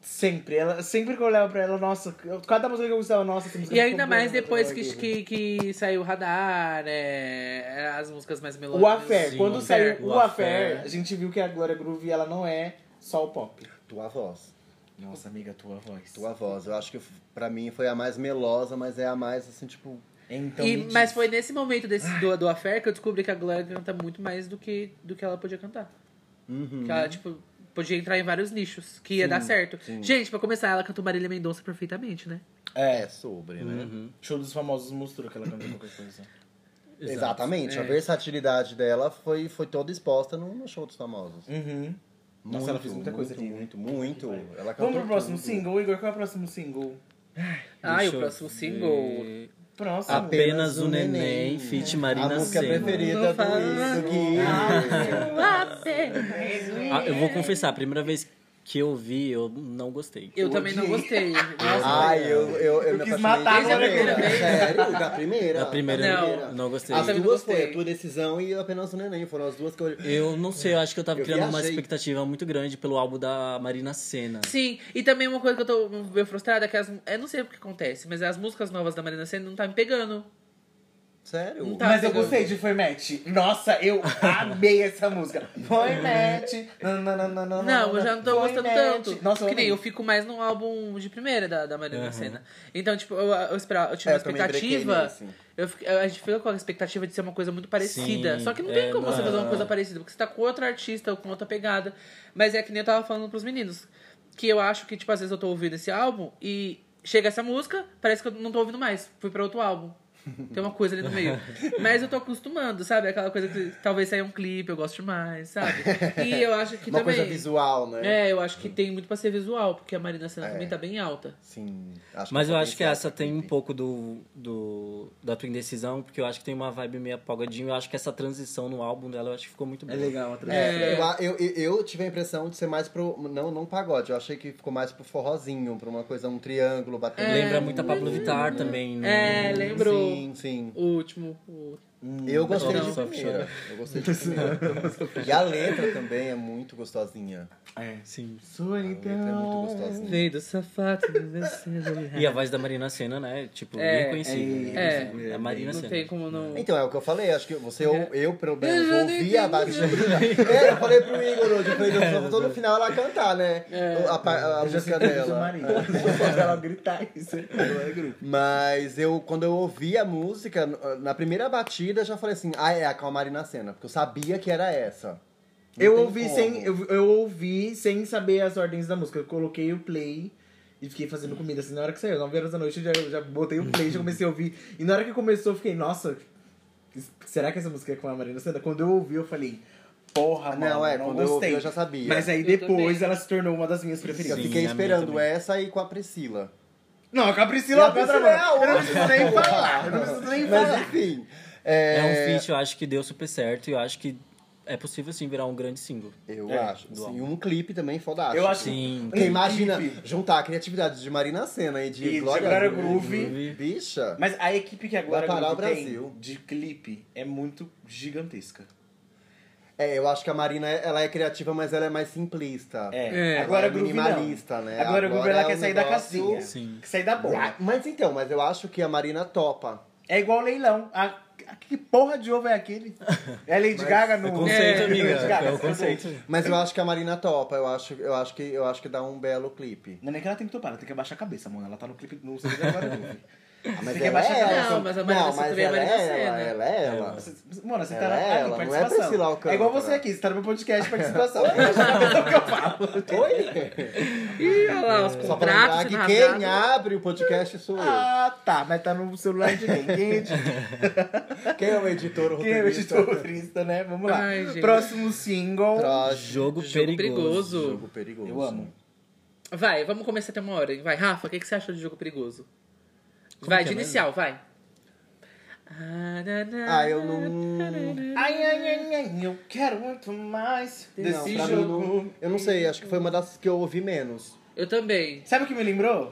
S1: Sempre. Ela, sempre que eu olhava pra ela, nossa, eu- cada música que eu gostava, nossa, essa música
S3: E
S1: é
S3: ainda
S1: tão
S3: mais
S1: boa,
S3: depois
S1: Glória
S3: que,
S1: Groove.
S3: que, que saiu o Radar, é, as músicas mais melódicas.
S1: O Affair.
S4: Sim,
S1: Quando
S4: o
S1: saiu
S4: Affair.
S1: o
S4: O Affair.
S1: Affair, a gente viu que a Glória Groove, ela não é só o pop.
S2: tua voz.
S1: Nossa, amiga, tua voz.
S2: Tua voz. Eu acho que pra mim foi a mais melosa, mas é a mais, assim, tipo...
S1: Então,
S3: E-
S1: me diz.
S3: mas foi nesse momento desse do, do Affair que eu descobri que a Glória canta muito mais do que, do que ela podia cantar.
S2: uhum,
S3: Que ela, tipo, podia entrar em vários nichos, que ia dar certo. Gente, pra começar, ela cantou Marília Mendonça perfeitamente, né?
S1: É,
S2: É sobre, né?
S1: Uhum. show dos famosos mostrou que ela cantou qualquer coisa.
S4: Exato.
S2: Exatamente. A
S3: É.
S2: versatilidade dela foi, foi toda exposta no, no show dos famosos.
S1: Uhum. Nossa, ela fez muita coisa ali, né?
S2: Muito, muito, muito. Ela
S1: Vamos
S2: cantou
S1: pro próximo
S2: tudo.
S1: single, Igor? Qual é o próximo single?
S3: Ah, e
S4: Deixa
S3: o
S4: eu
S3: próximo
S4: ver.
S3: single.
S1: Próximo.
S4: Apenas o Neném, feat
S2: A
S4: Marina
S2: música
S4: Senna.
S2: preferida
S3: Não
S2: do
S3: fala
S2: Isso
S4: Ah, eu vou confessar, a primeira vez que eu vi, eu não gostei.
S3: Eu também não gostei. Nossa,
S2: Ai, eu, eu, eu
S1: Eu
S2: me
S1: quis
S2: apaixonei
S1: matar
S2: desde a
S3: a primeira vez.
S2: Sério? Da primeira?
S4: Da primeira,
S3: Não.
S4: eu não gostei.
S2: As
S3: Eu também não
S2: duas foi
S3: gostei.
S2: a tua decisão e apenas o neném. Foram as duas que eu.
S4: Eu não sei, eu acho que eu tava
S2: Eu
S4: criando uma
S2: viajei.
S4: expectativa muito grande pelo álbum da Marina Senna.
S3: Sim, e também uma coisa que eu tô meio frustrada é que as. Eu não sei o que acontece, mas as músicas novas da Marina Senna não tá me pegando.
S2: Sério?
S3: Não tá.
S1: Mas eu gostei de Foi Match. Nossa, eu amei essa música. Foi Match. Não, não, não, não, não,
S3: Não, eu já não tô
S1: Ah, Foi
S3: gostando
S1: Match.
S3: tanto.
S1: Nossa, eu
S3: que nem
S1: amei.
S3: eu fico mais num álbum de primeira da, da Marina Senna. Então, tipo, eu, eu, esperava, eu tinha
S2: É,
S3: uma
S2: eu também brequei assim.
S3: expectativa.
S2: nesse.
S3: Eu, fiquei- a gente fica com a expectativa de ser uma coisa muito parecida.
S4: Sim,
S3: Só que não tem
S4: é,
S3: como você
S4: não.
S3: fazer uma coisa parecida, porque você tá com outro artista ou com outra pegada. Mas é que nem eu tava falando pros meninos. Que eu acho que, tipo, às vezes eu tô ouvindo esse álbum e chega essa música, parece que eu não tô ouvindo mais. Fui pra outro álbum. Tem uma coisa ali no meio. Mas eu tô acostumando, sabe? Aquela coisa que talvez saia um clipe, eu gosto mais, sabe? E eu acho que
S2: Uma
S3: também.
S2: coisa visual, né? É.
S3: É, eu acho que tem muito pra ser visual, porque a Marina Senna também tá bem alta.
S2: Sim. acho
S4: Mas eu
S2: vou
S4: acho que
S2: pensar
S4: essa tem um
S2: aqui.
S4: pouco do, do da tua indecisão, porque eu acho que tem uma vibe meio apagadinho. Eu acho que essa transição no álbum dela, eu acho que ficou muito boa.
S1: legal. outra vez.
S2: É, Eu, eu, eu tive a impressão de ser mais pro. Não, não pagode. Eu achei que ficou mais pro forrozinho, pra uma coisa, um triângulo batendo.
S4: É. Lembra muito a Pablo Vittar também.
S3: É,
S4: né?
S3: lembrou
S2: Sim, sim.
S3: o último. o-
S2: Eu gostei
S4: Não,
S2: de
S4: só
S2: primeira. Eu gostei de primeira. e a letra também é muito gostosinha.
S4: Sim.
S2: A letra é muito gostosinha.
S3: Veio do sapato, do vencedor.
S4: E a voz da Marina Senna, né? Tipo,
S3: É,
S4: reconhecível.
S3: é,
S4: é, a Marina
S3: Não
S4: Senna.
S3: tem como não.
S2: Então, é o que eu falei, acho que você, ou eu, pelo menos, ouvi a batida. É, eu falei pro Igor hoje, eu falei, eu só tô no final ela cantar, né? A, pa- a
S1: Eu já sei
S2: música
S1: que eu sou
S2: dela. é
S1: Maria. Quando ela gritar isso. Glória Groove.
S2: Mas eu, quando eu ouvi a música, na primeira batida, eu já falei assim, ah, é a Calmari na cena, porque eu sabia que era essa. Não
S1: Eu
S2: tem
S1: ouvi,
S2: como.
S1: sem, eu, eu ouvi sem saber as ordens da música. Eu coloquei o play e fiquei fazendo comida. Assim, na hora que saiu, 9 horas da noite, eu já, eu já botei o play, já comecei a ouvir. E na hora que começou, eu fiquei, nossa, será que essa música é com a Marina Sena? Quando eu ouvi, eu falei, porra, mano,
S2: Não, é,
S1: não
S2: quando eu
S1: gostei.
S2: ouvi, eu já sabia.
S1: Mas aí
S3: Eu
S1: depois
S3: também.
S1: ela se tornou uma das minhas
S2: eu
S1: preferidas.
S4: Sim,
S2: fiquei
S4: a minha
S2: esperando
S4: também.
S2: essa e com a Priscila.
S1: Não, com a Priscila,
S2: E a
S1: Pedra,
S2: Priscila é
S1: mano. Eu não
S2: outra.
S1: preciso nem falar. Eu não preciso nem
S2: Mas
S1: falar.
S2: enfim.
S4: É um
S2: É,
S4: feat, eu acho que deu super certo. E eu acho que é possível, sim, virar um grande single.
S2: Eu
S1: É,
S2: acho.
S4: do
S2: Sim, um clipe também fodástico.
S1: Eu acho-
S4: Sim.
S2: Porque
S1: Um
S2: imagina
S1: clipe.
S2: juntar a criatividade de Marina Senna e de
S1: E de
S2: Glória,
S1: Glória
S4: Groove.
S2: Bicha.
S1: Mas a equipe que a Glória
S2: parar o
S1: Groove tem
S2: Brasil.
S1: de clipe é muito gigantesca.
S2: É, eu acho que a Marina ela é criativa, mas ela é mais simplista.
S1: É,
S3: É,
S1: agora
S2: ela é
S1: Groove
S2: minimalista,
S1: não.
S2: né?
S1: Agora,
S2: Agora
S1: o Groove ela
S2: é
S1: quer
S2: um
S1: sair da
S2: negócio-
S1: casinha.
S4: Sim.
S1: Quer sair da bolha.
S2: Mas então, mas eu acho que a Marina topa.
S1: É igual o leilão. A, a- que porra de ovo é aquele? É Lady Gaga no.
S4: É o conceito,
S1: É,
S4: amiga.
S1: Lady Gaga,
S4: É o
S1: sabe?
S4: conceito.
S2: Mas eu acho que a Marina topa. Eu acho, eu acho, que, eu acho que dá um belo clipe.
S1: Não é nem que ela tem que topar, ela tem que abaixar a cabeça, mano. Ela tá no clipe no CD da Glória Groove.
S2: Ah, mas
S1: Tem que
S2: ela
S1: abaixar
S2: é
S1: a
S2: ela.
S3: cabeça. Não, mas a Marina
S2: Não, mas
S3: também é
S2: ela
S3: Marina
S2: é ela.
S3: Senna.
S2: Ela é ela.
S1: Você- Mano, você tá
S2: Ela
S1: na
S2: é
S1: ah,
S2: ela, não é
S1: participação.
S2: Priscila Alcântara.
S1: É igual você aqui, você tá no meu podcast, participação. Abaixa a cabeça do que eu falo.
S2: Oi?
S3: Ih, olha lá, os
S2: Só pra lembrar
S3: contratos
S2: que
S3: rasgados.
S2: quem abre o podcast sou eu.
S1: Ah, tá, mas tá no celular de quem? Quem é de
S2: Quem é o editor, o
S1: Quem é o
S2: roteirista?
S1: editor roteirista, né? Vamos lá.
S3: Ai, gente.
S1: Próximo single.
S2: Próximo.
S4: Jogo,
S3: Jogo
S4: perigoso.
S3: perigoso.
S2: Jogo perigoso.
S1: Eu amo.
S3: Vai, vamos começar até uma hora. hein? Vai, Rafa, o que, que você achou de jogo perigoso?
S4: Como
S3: vai,
S4: que
S3: de
S4: é mesmo?
S3: inicial, vai.
S2: Ah, eu não.
S1: Ai, ai, ai, ai, eu quero muito mais desse
S2: não, pra mim
S1: jogo.
S2: não- eu não sei, acho que foi uma das que eu ouvi menos.
S3: Eu também.
S1: Sabe o que me lembrou?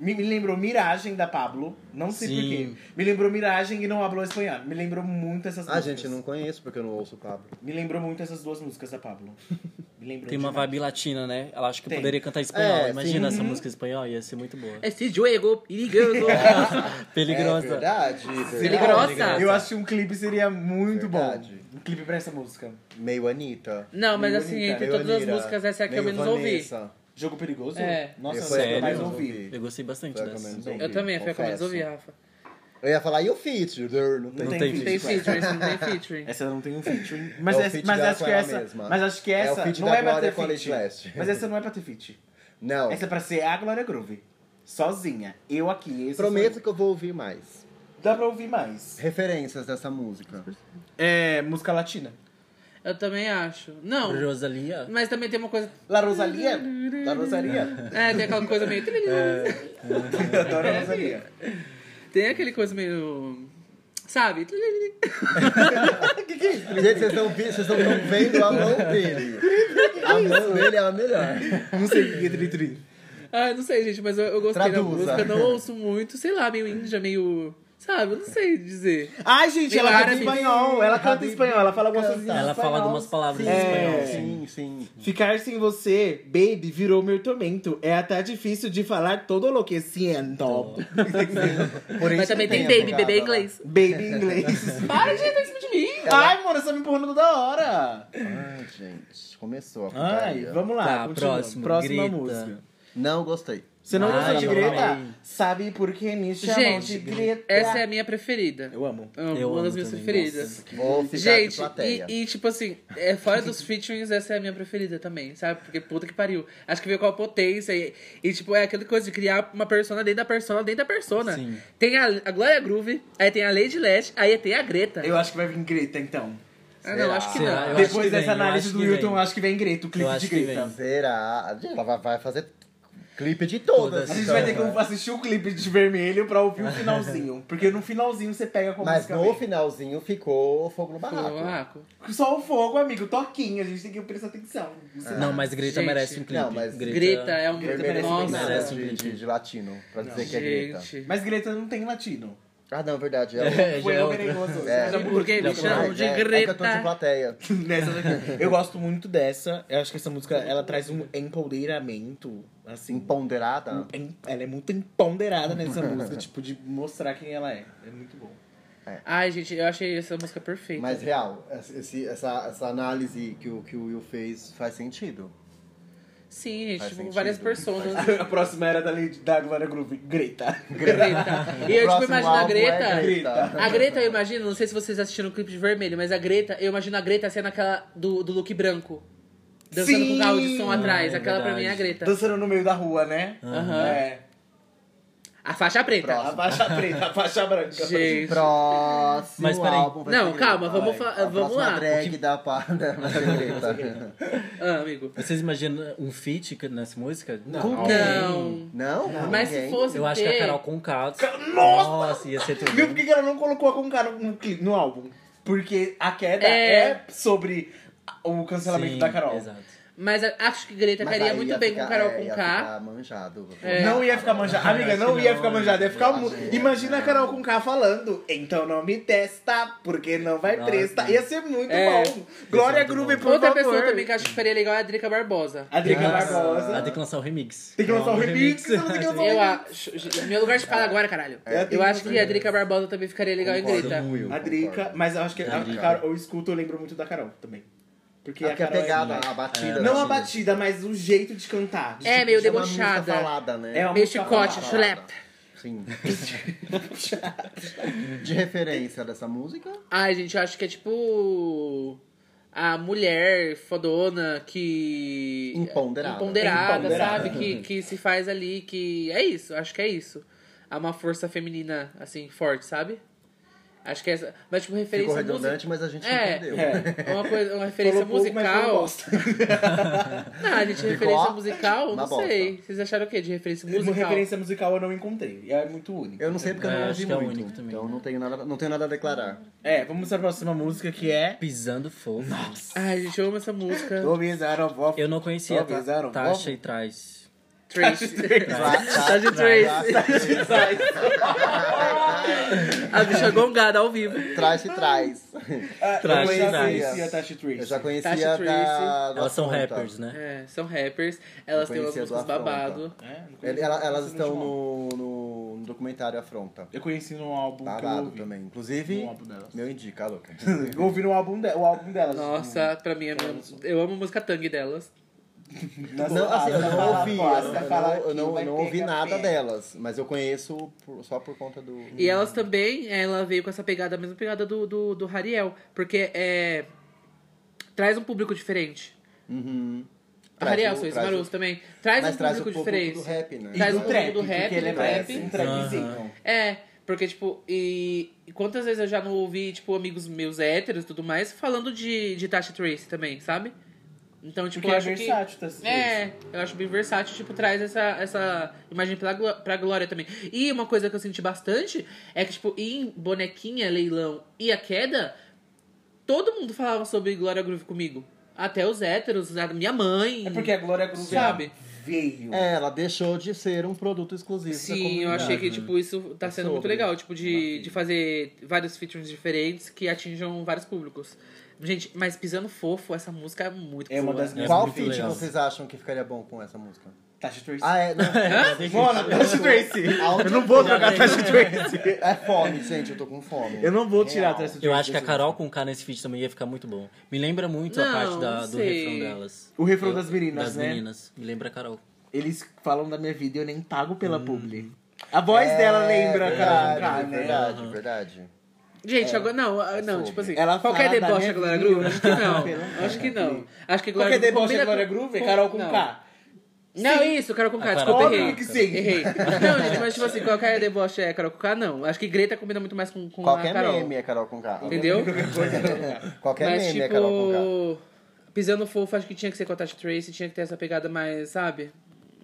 S1: Me, me lembrou Miragem da Pablo. Não sei
S4: Sim.
S1: porquê. Me lembrou Miragem e não falou espanhol. Me lembrou muito essas
S2: Ah,
S1: músicas.
S2: gente, eu não conheço porque eu não ouço o Pablo.
S1: Me lembrou muito essas duas músicas da Pablo. Me lembrou
S4: Tem uma
S1: demais.
S4: vibe latina, né? Ela acha que
S1: Tem.
S4: poderia cantar em espanhol.
S2: É,
S4: Imagina
S2: sim.
S4: essa música em espanhol, ia ser muito boa.
S3: Esse jogo perigoso.
S2: É
S4: Peligrosa.
S2: verdade,
S1: Seria
S2: verdade.
S3: grossa.
S4: né,
S1: ótimo. Eu acho que um clipe seria muito
S2: Verdade.
S1: bom. Um clipe pra essa música.
S2: Meio Anitta.
S3: Não, mas
S1: Meio
S3: assim,
S1: Anitta,
S3: entre
S2: meio
S3: todas as
S2: Anira,
S3: músicas, essa é a que eu
S2: meio
S3: menos ouvi.
S2: Vanessa.
S1: Jogo perigoso?
S3: É.
S1: Nossa,
S2: Eu
S1: eu
S2: sério,
S1: mais
S2: eu
S1: ouvi.
S4: Eu gostei bastante
S2: Foi a que eu
S4: dessa.
S2: menos ouvi,
S3: Eu também, foi a que eu menos
S2: confesso.
S3: ouvi, Rafa.
S2: Eu ia falar, e o feat? Não tem.
S1: Não tem,
S4: tem
S1: feat.
S3: Tem featuring, não tem featuring.
S1: Essa não tem um featuring. Mas,
S2: É o
S1: essa-
S2: feat
S1: mas
S2: dela
S1: acho
S2: com
S1: que
S2: ela
S1: essa.
S2: mesma.
S1: Mas acho que
S2: É o
S1: essa
S2: feat
S1: não
S2: da
S1: é pra
S2: Glória
S1: ter
S2: com a Lady
S1: feat.
S2: Leste.
S1: Mas essa não é pra ter feat.
S2: Não,
S1: Essa é pra ser a Glória Groove. Sozinha. Eu aqui. Esse
S2: prometo
S1: sou
S2: que eu vou ouvir mais.
S1: eu. Dá pra ouvir mais.
S2: Referências dessa música.
S1: É, música latina.
S3: Eu também acho. Não,
S4: Rosalia.
S3: mas também tem uma coisa...
S1: La Rosalia. La
S2: Tá
S1: Rosalia.
S3: É, tem aquela coisa meio...
S1: Eu adoro a Rosalia.
S3: Tem aquele coisa meio... Sabe?
S2: que que é isso? Gente, vocês não vi- vocês não estão vendo a mão dele. A mão dele é a melhor.
S1: Não sei o que é tri-tri.
S3: Ah, não sei, gente, mas eu, eu gostei
S2: Traduza.
S3: da música. Não ouço muito, sei lá, meio índia, meio... Sabe? Eu não sei dizer.
S1: Ai, gente, ela
S3: Tem
S1: canta em
S3: árabe.
S1: espanhol. Ela canta em espanhol. Ela fala algumas coisas em
S4: Ela fala
S1: espanhol.
S4: algumas palavras
S1: Sim.
S4: em espanhol.
S2: Sim,
S4: sim.
S2: sim.
S1: Ficar sem você, baby, virou meu tormento. É até difícil de falar todo lo que siento.
S3: Mas também tem baby, bebê inglês.
S1: baby em inglês.
S3: Para de entrar em cima de mim!
S1: Ai, mano, você tá me empurrando toda hora.
S2: Ai, Ah, gente, começou a
S1: Ai,
S2: putaria.
S1: vamos lá.
S4: Tá,
S1: continua.
S4: próximo,
S1: Próxima
S4: grita.
S1: música.
S2: Não gostei.
S1: Você não
S4: Ai,
S1: gostou de
S4: eu
S1: Greta?
S4: amei.
S1: Sabe por que me chamam de
S3: Gente,
S1: Greta?
S3: essa é a minha preferida.
S1: Eu amo.
S3: Eu amo,
S4: Eu
S3: uma das
S4: amo
S3: minhas
S4: também,
S3: preferidas.
S2: Vou ficar de
S3: Gente,
S2: plateia.
S3: e, e, tipo assim, é, fora dos featurings, essa é a minha preferida também, sabe? Porque puta que pariu. Acho que veio com a potência e, e, tipo, é aquela coisa de criar uma persona dentro da persona, dentro da persona.
S4: Sim.
S3: Tem a, a Glória Groove, aí tem a Lady Lash, aí tem a Greta.
S1: Eu acho que vai vir Greta, então.
S3: Ah, não, acho que
S4: Será?
S3: não.
S4: Eu acho
S1: Depois
S4: que
S1: dessa
S4: vem, eu
S1: análise
S4: acho
S1: do
S4: que
S1: Wilton,
S4: vem.
S1: eu acho que vem Greta, o
S4: Eu
S1: clipe de
S4: acho que
S1: Greta.
S4: vem.
S2: Será? Gente, Ela vai- vai fazer clipe de todas.
S4: Todas.
S1: A gente
S2: então.
S1: vai ter que assistir o clipe de vermelho pra ouvir o finalzinho. Porque no finalzinho você pega com a
S2: então. Mas
S1: música.
S2: no
S1: vem.
S2: finalzinho ficou fogo no
S3: Pô,
S2: barraco.
S3: Marco.
S1: Só o fogo, amigo, toquinho. A gente tem que prestar atenção.
S4: Não, mas Greta
S3: Gente.
S4: merece um clipe.
S2: Não, mas
S3: Greta é uma
S1: Greta merece bem
S3: música. Nossa,
S2: Merece
S4: merece.
S2: de,
S4: um
S2: de, de latino, pra dizer que é Greta.
S3: gente.
S1: Mas Greta não tem latino.
S2: Ah, não, verdade. É,
S4: É, já
S1: Foi
S4: é
S1: eu
S4: outra.
S1: perigoso.
S2: É.
S1: Já mudou.
S3: Porque me
S4: Já
S3: chamam
S2: é,
S3: de
S2: é, é que eu tô de
S3: Greta.
S2: plateia.
S1: Nessa daqui. Eu gosto muito dessa. Eu acho que essa música ela traz um empoderamento, assim.
S2: Imponderada.
S1: em- Ela é muito empoderada nessa música, tipo, de mostrar quem ela é. É muito bom.
S3: Ai, gente, eu achei essa música perfeita.
S2: Mas é- real, esse- essa, essa análise que o, que o Will fez faz sentido.
S3: Sim, gente,
S2: Faz
S3: tipo,
S2: sentido.
S3: várias personas.
S1: A próxima era da, Lady- da Glória Groove, Greta.
S3: Greta. E eu, tipo,
S2: Próximo
S3: imagino a
S2: álbum é
S3: Greta.
S2: Greta.
S3: A Greta, eu imagino, não sei se vocês assistiram o clipe de vermelho, mas a Greta, eu imagino a Greta sendo aquela do, do look branco. Dançando
S1: Sim!
S3: com o carro de som atrás.
S4: Ah, é
S3: Aquela pra mim é a
S4: verdade.
S3: Greta.
S1: Dançando no meio da rua, né?
S3: Aham.
S1: É.
S3: A faixa preta.
S1: A faixa preta, a faixa branca.
S3: Gente.
S2: Próximo
S4: Mas peraí.
S2: álbum vai
S3: Não,
S2: ser
S3: calma,
S2: Greta.
S3: vamos fa-
S2: A
S3: vamos
S2: próxima
S3: lá.
S2: drag da parada vai ser Greta.
S3: Ah, amigo.
S4: Vocês imaginam um feat nessa música? Não.
S3: Não.
S2: Não?
S3: Mas se
S2: Ninguém?
S3: fosse.
S4: Eu acho que é
S3: ter-
S4: a Carol Conká.
S1: Nossa!
S4: ia ser tudo.
S1: Viu por que que ela não colocou a Conká no, no, cli- no álbum? Porque a queda é,
S3: É.
S1: sobre a- o cancelamento
S4: Sim,
S1: da Carol.
S4: Exato.
S3: Mas a- acho que Greta
S2: Mas
S3: cairia
S2: aí
S3: muito
S2: ia
S3: bem
S2: ficar-
S3: com É, Carol
S2: é, ia
S3: Conká.
S2: ficar manjado.
S1: Não ia ficar manjada. Amiga,
S4: acho
S1: não
S4: que
S1: ia
S4: não,
S1: ficar
S4: é.
S1: manjada, ia ficar
S2: Eu
S1: mu...
S2: acho que
S1: Imagina a
S2: não.
S1: Carol Conká falando, então não me testa, porque não vai
S4: Nossa.
S1: presta. Ia ser muito
S3: É.
S1: bom. Glória
S4: muito
S1: Groove,
S4: bom.
S1: por
S3: Outra
S1: favor.
S3: pessoa também que eu acho que faria legal é a Drica Barbosa.
S1: A Drica
S2: Nossa.
S1: Barbosa.
S4: Ela tem que lançar o remix.
S1: Tem que lançar o
S4: Não,
S1: remix. ela tem que lançar o
S3: Eu
S1: remix.
S3: acho. Meu lugar de fala agora, caralho.
S1: É, tem
S3: Eu acho que
S1: também.
S3: a Drica Barbosa também ficaria legal em Greta.
S1: A Drica, mas eu acho que a
S4: Drica.
S1: Carol, eu escuto, eu lembro muito da Carol também. Porque a
S2: Porque a
S1: Carol é-
S2: pegada, a batida.
S1: Não a
S2: assim,
S1: batida, mas o jeito de cantar. De
S3: É,
S1: tipo,
S3: meio
S2: chama a música
S3: debochada.
S2: falada, né?
S1: É uma
S3: Meio
S1: música
S3: chicote,
S1: falada.
S3: chulep.
S2: Sim. De referência dessa música?
S3: Ai, gente, eu acho que é tipo. A mulher fodona que.
S2: Imponderável.
S3: Imponderada,
S1: Imponderável.
S3: sabe? Que, que se faz ali, que. É isso, acho que é isso. Há uma força feminina, assim, forte, sabe? Acho que essa. Mas, tipo, referência.
S2: Ficou
S3: à música-
S2: redundante, mas a gente
S3: É.
S2: entendeu.
S1: É.
S3: É uma, coisa, uma
S1: Falou
S3: referência
S1: pouco, mas foi uma
S3: musical.
S1: bosta.
S3: Não, a gente referência musical,
S2: uma
S3: não
S2: bosta.
S3: sei. Vocês acharam o quê de referência
S1: Uma
S3: musical?
S1: referência musical eu não encontrei. É muito única.
S2: Eu não sei porque eu
S4: É,
S2: não
S4: acho
S2: ouvi
S4: que é o
S2: muito.
S4: único também,
S2: então
S4: né?
S2: não tenho nada, não tenho nada a declarar.
S1: É, vamos para a próxima música que é.
S4: Pisando fogo. Nossa.
S3: Ai, gente, eu amo essa música.
S2: um-
S4: Eu não conhecia a
S1: Talvez era
S4: Ta-
S1: um
S4: Tasha e Traz.
S3: Trace. Tá de
S2: Traz.
S3: Trace. A bicha gongada ao vivo.
S2: Traz e traz.
S1: Ah,
S4: Traz,
S1: eu já
S4: traz.
S1: conhecia a Tashi Tracy.
S2: Eu já
S3: Tasha
S2: conhecia
S3: Tracy.
S2: da. da
S4: Elas são
S2: Afronta.
S4: rappers, né?
S3: É, são rappers. Elas
S2: Eu
S3: têm umas
S2: conhecia do
S3: músicas
S2: Afronta.
S3: babado.
S1: É, não conhecia,
S2: Ele- ela- elas
S1: não
S2: estão
S1: tinha um álbum.
S2: no, no, no documentário Afronta.
S1: Eu conheci no álbum que eu
S2: Babado
S1: ouvi.
S2: também. Inclusive,
S1: No álbum delas.
S2: meu indica, louca.
S1: Eu ouvi no álbum, de, o álbum delas.
S2: Hum.
S3: Nossa, pra mim, é minha- eu amo a música Tang delas.
S1: Tá
S2: Não, assim, eu não ouvi, eu não, eu não, eu não ouvi nada
S1: dela.
S2: delas, mas eu conheço por- só por conta do.
S3: E elas também, ela veio com essa pegada, a mesma pegada do, do, do Hariel. Porque é. Traz um público diferente.
S2: Uhum.
S3: A
S2: Traz
S3: Hariel,
S2: o-
S3: Sois
S2: traz o-
S3: Ah, Maroto também. Traz
S2: mas
S3: um
S2: traz o
S3: público
S2: público do
S3: diferente.
S2: rap, né?
S1: E
S3: Traz
S1: do
S3: um pouco
S1: trap,
S3: do rap,
S1: porque ele é
S3: do
S1: mais
S3: rap.
S1: um
S2: Então.
S1: trapzinho.
S3: É, porque, tipo, e, e quantas vezes eu já não ouvi, tipo, amigos meus héteros e tudo mais falando de, de Tasha Trace também, sabe? Então, tipo,
S1: Porque
S3: eu
S1: é
S3: acho
S1: versátil, tá
S3: que. É, eu acho bem versátil, tipo, traz essa, essa imagem pra, gló- pra Glória também. E uma coisa que eu senti bastante é que, tipo, em Bonequinha, Leilão e A Queda, todo mundo falava sobre Glória Groove comigo. Até os héteros, a minha mãe.
S1: É porque a Glória Groove
S3: Sabe?
S1: veio.
S2: É, ela deixou de ser um produto exclusivo da
S3: Sim, eu
S2: comunidade.
S3: achei que, tipo, isso tá
S2: É
S3: sendo muito
S2: sobre.
S3: legal, tipo, de,
S2: Maravilha.
S3: de fazer vários features diferentes que atinjam vários públicos. Gente, mas Pisando Fofo, essa música é muito
S1: É uma
S3: boa.
S1: das minhas
S2: Qual
S4: muito
S2: feat
S4: legal.
S2: vocês acham que ficaria bom com essa música?
S1: Tashi Tracy.
S2: Ah, é? Não,
S1: Mona, Tashi Tracy. Eu não vou trocar Tashi Tracy.
S2: é fome, gente, eu tô com fome.
S1: Eu não vou tirar
S2: Real.
S1: Tashi Tracy.
S4: Eu acho que a
S1: dessa
S4: Carol com K nesse feat também ia ficar muito bom. Me lembra muito a
S3: Não,
S4: parte da-
S3: não
S4: do
S3: sei.
S4: refrão delas.
S1: O refrão
S4: Eu-
S1: das meninas,
S4: das
S1: né?
S4: meninas. Me lembra a Carol.
S1: Eles falam da minha vida e eu nem pago pela publi. A voz dela
S2: É,
S1: lembra,
S2: verdade, é
S1: cara. né?
S2: Verdade, verdade.
S3: Gente, agora, não, ah, não,
S2: sobre.
S3: tipo assim,
S1: É. Ela
S3: qualquer
S1: fala da
S3: deboche
S1: minha
S3: da Glória
S1: vida,
S3: Groove, acho que
S1: pelo amor
S3: não, acho que não. Acho que Glória
S1: Qualquer deboche da
S3: combina
S1: Glória
S3: com-
S1: Groove é
S3: com-
S1: Carol com
S3: não.
S1: K.
S3: Não, isso, Carol com K,
S4: A
S3: desculpa,
S4: Carol
S3: errei.
S1: Óbvio que sim.
S3: Errei. Não, gente, mas tipo assim, qualquer deboche é Carol com K, não. Acho que Greta combina muito mais com, com a
S2: Qualquer
S3: Carol.
S2: meme é Carol com K.
S3: Entendeu?
S2: Qualquer
S3: Mas,
S2: meme
S3: tipo,
S2: é Carol com K.
S3: Pisando fofo, acho que tinha que ser com a Tati Trace, tinha que ter essa pegada mais, sabe?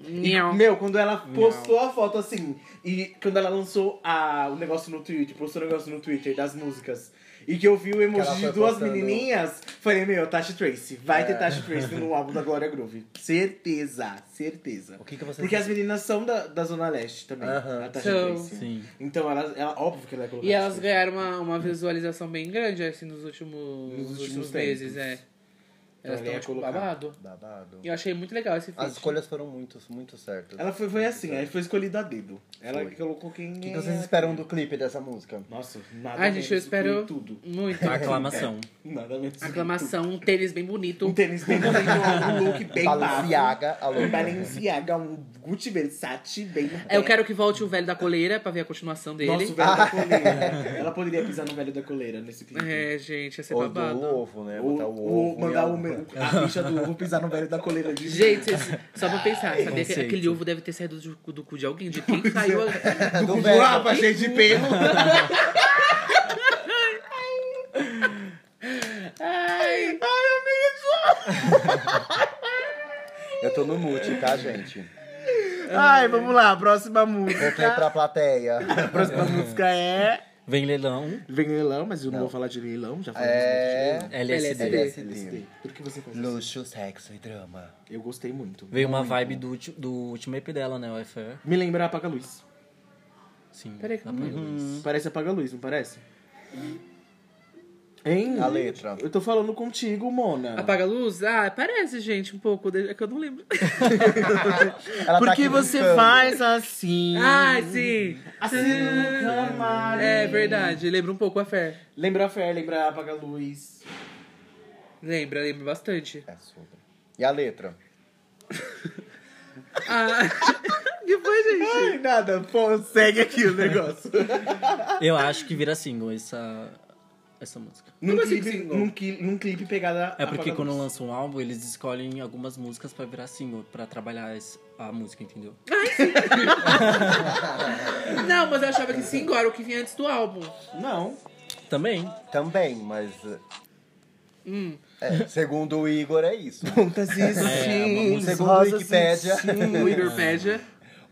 S3: Não.
S1: Meu, quando ela postou a foto assim, e quando ela lançou a, o negócio no Twitter, postou o negócio no Twitter das músicas, e que eu vi o
S2: Que ela
S1: emoji
S2: foi
S1: de duas
S2: postando.
S1: menininhas, falei, meu, Tashi Tracy, vai ter Tashi Tracy no álbum da Glória Groove. Certeza, certeza.
S2: O que, que você
S1: Porque as meninas são da, da Zona Leste também,
S2: Aham.
S1: a Tashi
S3: São.
S1: Tracy.
S4: Sim.
S1: Então, ela, ela, óbvio que ela é colocar
S3: E elas
S1: Tashi Tracy.
S3: ganharam uma, uma visualização bem grande, assim, nos últimos,
S1: Nos
S3: nos
S1: últimos
S3: últimos meses,
S1: tempos.
S3: é.
S1: Então
S3: Elas
S1: ele
S3: estão,
S1: ia
S3: tipo,
S1: colocar.
S3: babado.
S2: Babado.
S3: E Eu achei muito legal esse feat.
S2: As escolhas foram muito, muito certas.
S1: Ela foi, foi assim, aí foi escolhida a dedo. Ela
S2: Foi.
S1: colocou quem. é.
S2: O que, que vocês esperam do clipe dessa música?
S1: Nossa, nada
S3: Ai, gente,
S1: menos do
S3: eu
S1: que
S3: espero
S1: tudo.
S3: muito.
S4: Aclamação.
S1: Nada menos. do que
S3: Aclamação, um tênis bem
S1: tudo. Um
S3: bonito.
S1: tênis bem bonito, um look bem bafo.
S2: Balenciaga, alô.
S1: Um Balenciaga, um Gucci Versace bem no pé.
S3: É, Eu quero que volte o velho da coleira pra ver a continuação dele.
S1: Nossa, o velho
S2: Ah.
S1: da coleira. Ela poderia pisar no velho da coleira nesse clipe.
S3: É, gente, ia ser
S2: Ou
S3: babado.
S2: do ovo, né? Botar
S1: Ou-
S2: o
S1: ou
S2: ovo. É e
S1: mandar
S2: a-
S1: o, meu- a bicha do ovo pisar no velho da coleira de
S3: Gente, vocês- só pra pensar, sabia que
S4: Conceito.
S3: aquele ovo deve ter saído do, cu- do cu de alguém? De quem saiu? a-
S2: do
S1: do
S2: velho.
S1: rapa, cheio de pelo.
S3: Ai,
S2: Eu tô no mute, tá, gente?
S1: Ai, vamos lá, próxima música.
S2: Voltei pra plateia.
S1: A próxima música é.
S4: Vem leilão.
S1: Vem leilão, mas eu não, vou falar de leilão, já falei
S2: É.
S1: bastante de
S4: LSD.
S1: leilão. LSD. Tudo que você conhece.
S2: Luxo, sexo e drama.
S1: Eu gostei muito.
S4: Veio uma vibe do, ulti- do último EP dela, né? O FR.
S1: Me lembra Apaga Luz.
S4: Sim.
S3: Peraí,
S4: Apaga a luz.
S1: Parece Apaga Luz, não parece? Hein?
S2: A letra.
S1: Eu tô falando contigo, Mona.
S3: Apaga a luz? Ah, parece, gente, um pouco. É que eu não lembro.
S2: Ela
S1: Por
S2: tá
S1: que
S2: aqui
S1: você
S2: brincando.
S1: faz assim?
S3: ah, sim.
S1: Assim, Camari.
S3: É verdade, lembra um pouco a Fer.
S1: Lembra a Fer, lembra a Apaga Luz.
S3: Lembra, lembra bastante.
S2: É sobre. E a letra?
S3: Ah, que foi, gente?
S1: Ai, nada, pô, segue aqui o negócio.
S4: Eu acho que vira single essa, essa música.
S1: num,
S3: Como assim
S1: clipe,
S3: single?
S1: num, cli- num clipe pegada
S4: É porque
S1: Apaga
S4: quando
S1: Luz.
S4: lançam um álbum, eles escolhem algumas músicas pra virar single, pra trabalhar es- a música, entendeu?
S3: Não, mas eu achava que single era o que vinha antes do álbum.
S1: Não.
S4: Também.
S2: Também, mas. eh,
S1: Hum.
S2: É, segundo o Igor, é isso.
S1: Pontas e
S2: vamos-
S1: sims,
S2: segundo
S1: rosas e
S2: Wikipédia.
S1: sims.
S3: O Igorpédia.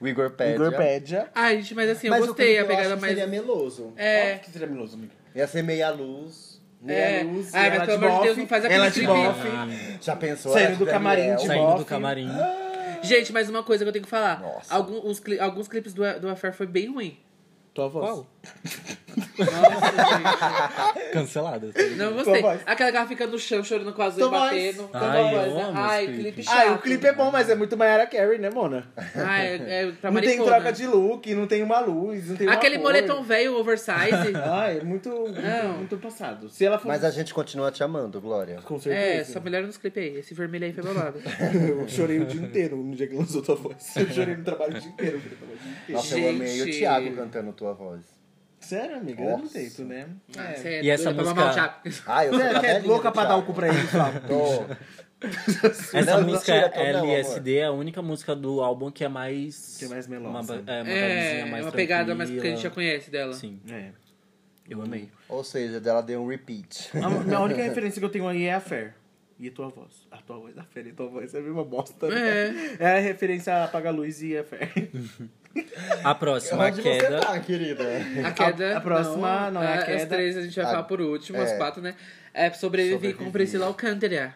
S2: O Igor pede.
S1: Igorpédia.
S3: Ai, gente, mas assim, eu
S6: Mas o
S3: gostei
S6: clipe
S3: a
S6: eu acho
S3: pegada
S6: que
S3: mais.
S6: Seria meloso.
S3: É.
S6: Óbvio que seria meloso, amigo.
S2: Ia ser meia luz.
S3: É.
S1: Meia luz,
S3: Ai,
S1: ela
S3: mas
S1: de
S3: pelo amor de Deus,
S1: bofe,
S3: não faz
S1: Ela
S3: aquele
S1: de
S3: clipe.
S1: bofe.
S2: Já pensou?
S1: Saindo
S2: Era
S1: do camarim
S2: Daniel?
S1: de
S4: Saindo
S1: bofe.
S4: do camarim.
S3: Gente, mas uma coisa que eu tenho que falar.
S2: Nossa.
S3: Algum- os cli- alguns clipes do, do Affair foi bem ruim.
S1: Tua voz.
S4: Cancelado.
S3: Não gostei.
S1: Tua voz.
S3: Aquela que ela fica no chão chorando com as unhas
S1: Tua voz.
S3: batendo.
S4: Ai,
S3: Tua voz,
S4: eu
S3: né?
S4: amo
S3: Ai,
S4: esse clipe.
S3: clipe chato.
S1: Ah, o clipe é bom, mas é muito Mayara Carey, né, Mona?
S3: Ah, é, é pra
S1: não tem
S3: maricona.
S1: troca de look, não tem uma luz, não tem uma
S3: Aquele
S1: cor.
S3: moletom velho, oversize.
S1: Ah, é muito, muito, muito passado. Se ela for...
S2: Mas a gente continua te amando, Glória.
S1: Com
S3: é,
S1: certeza. É.
S3: só melhor nos clipes aí. Esse vermelho aí foi babado.
S1: Eu chorei o dia inteiro no dia que lançou tua voz. Eu chorei no trabalho o dia inteiro. porque eu tava o dia inteiro.
S2: Nossa, eu amei o
S3: Gente.
S2: Thiago cantando tua voz.
S1: Sério, amiga? Eu não
S2: Nossa.
S1: jeito, né?
S3: Você é
S4: E essa
S3: doida pra
S4: música-
S3: mamar o Thiago.
S2: Ah, eu sou
S1: Você é
S2: cadelinha
S1: louca
S2: do
S1: pra dar o
S3: um
S2: Thiago.
S1: cu pra ele, Flávio?
S2: Tô.
S4: Essa
S2: Não, não
S4: música
S2: tira tão, não,
S4: LSD é a única música do álbum que é mais.
S1: Que é mais melosa.
S4: Uma, ba- é, uma
S3: É,
S4: vibezinha mais
S3: uma pegada mais que
S4: tranquila.
S3: a gente já conhece dela.
S4: Sim,
S1: É.
S4: eu amei.
S2: Ou seja, dela deu um repeat.
S1: A minha única referência que eu tenho aí é a Fer. E tua voz. A tua voz, a Fer e tua voz. É a mesma bosta, né? É. a referência a Apaga a Luz e a Fer.
S4: A
S3: é
S4: próxima, a
S2: Onde você
S4: queda.
S2: tá, querida?
S3: A queda.
S1: a próxima, não, é a queda.
S3: As três a gente vai
S2: A-
S3: falar por último, as
S2: é.
S3: quatro, né? É sobrevivi com
S2: Sobrevivi.
S3: Priscila Alcântara.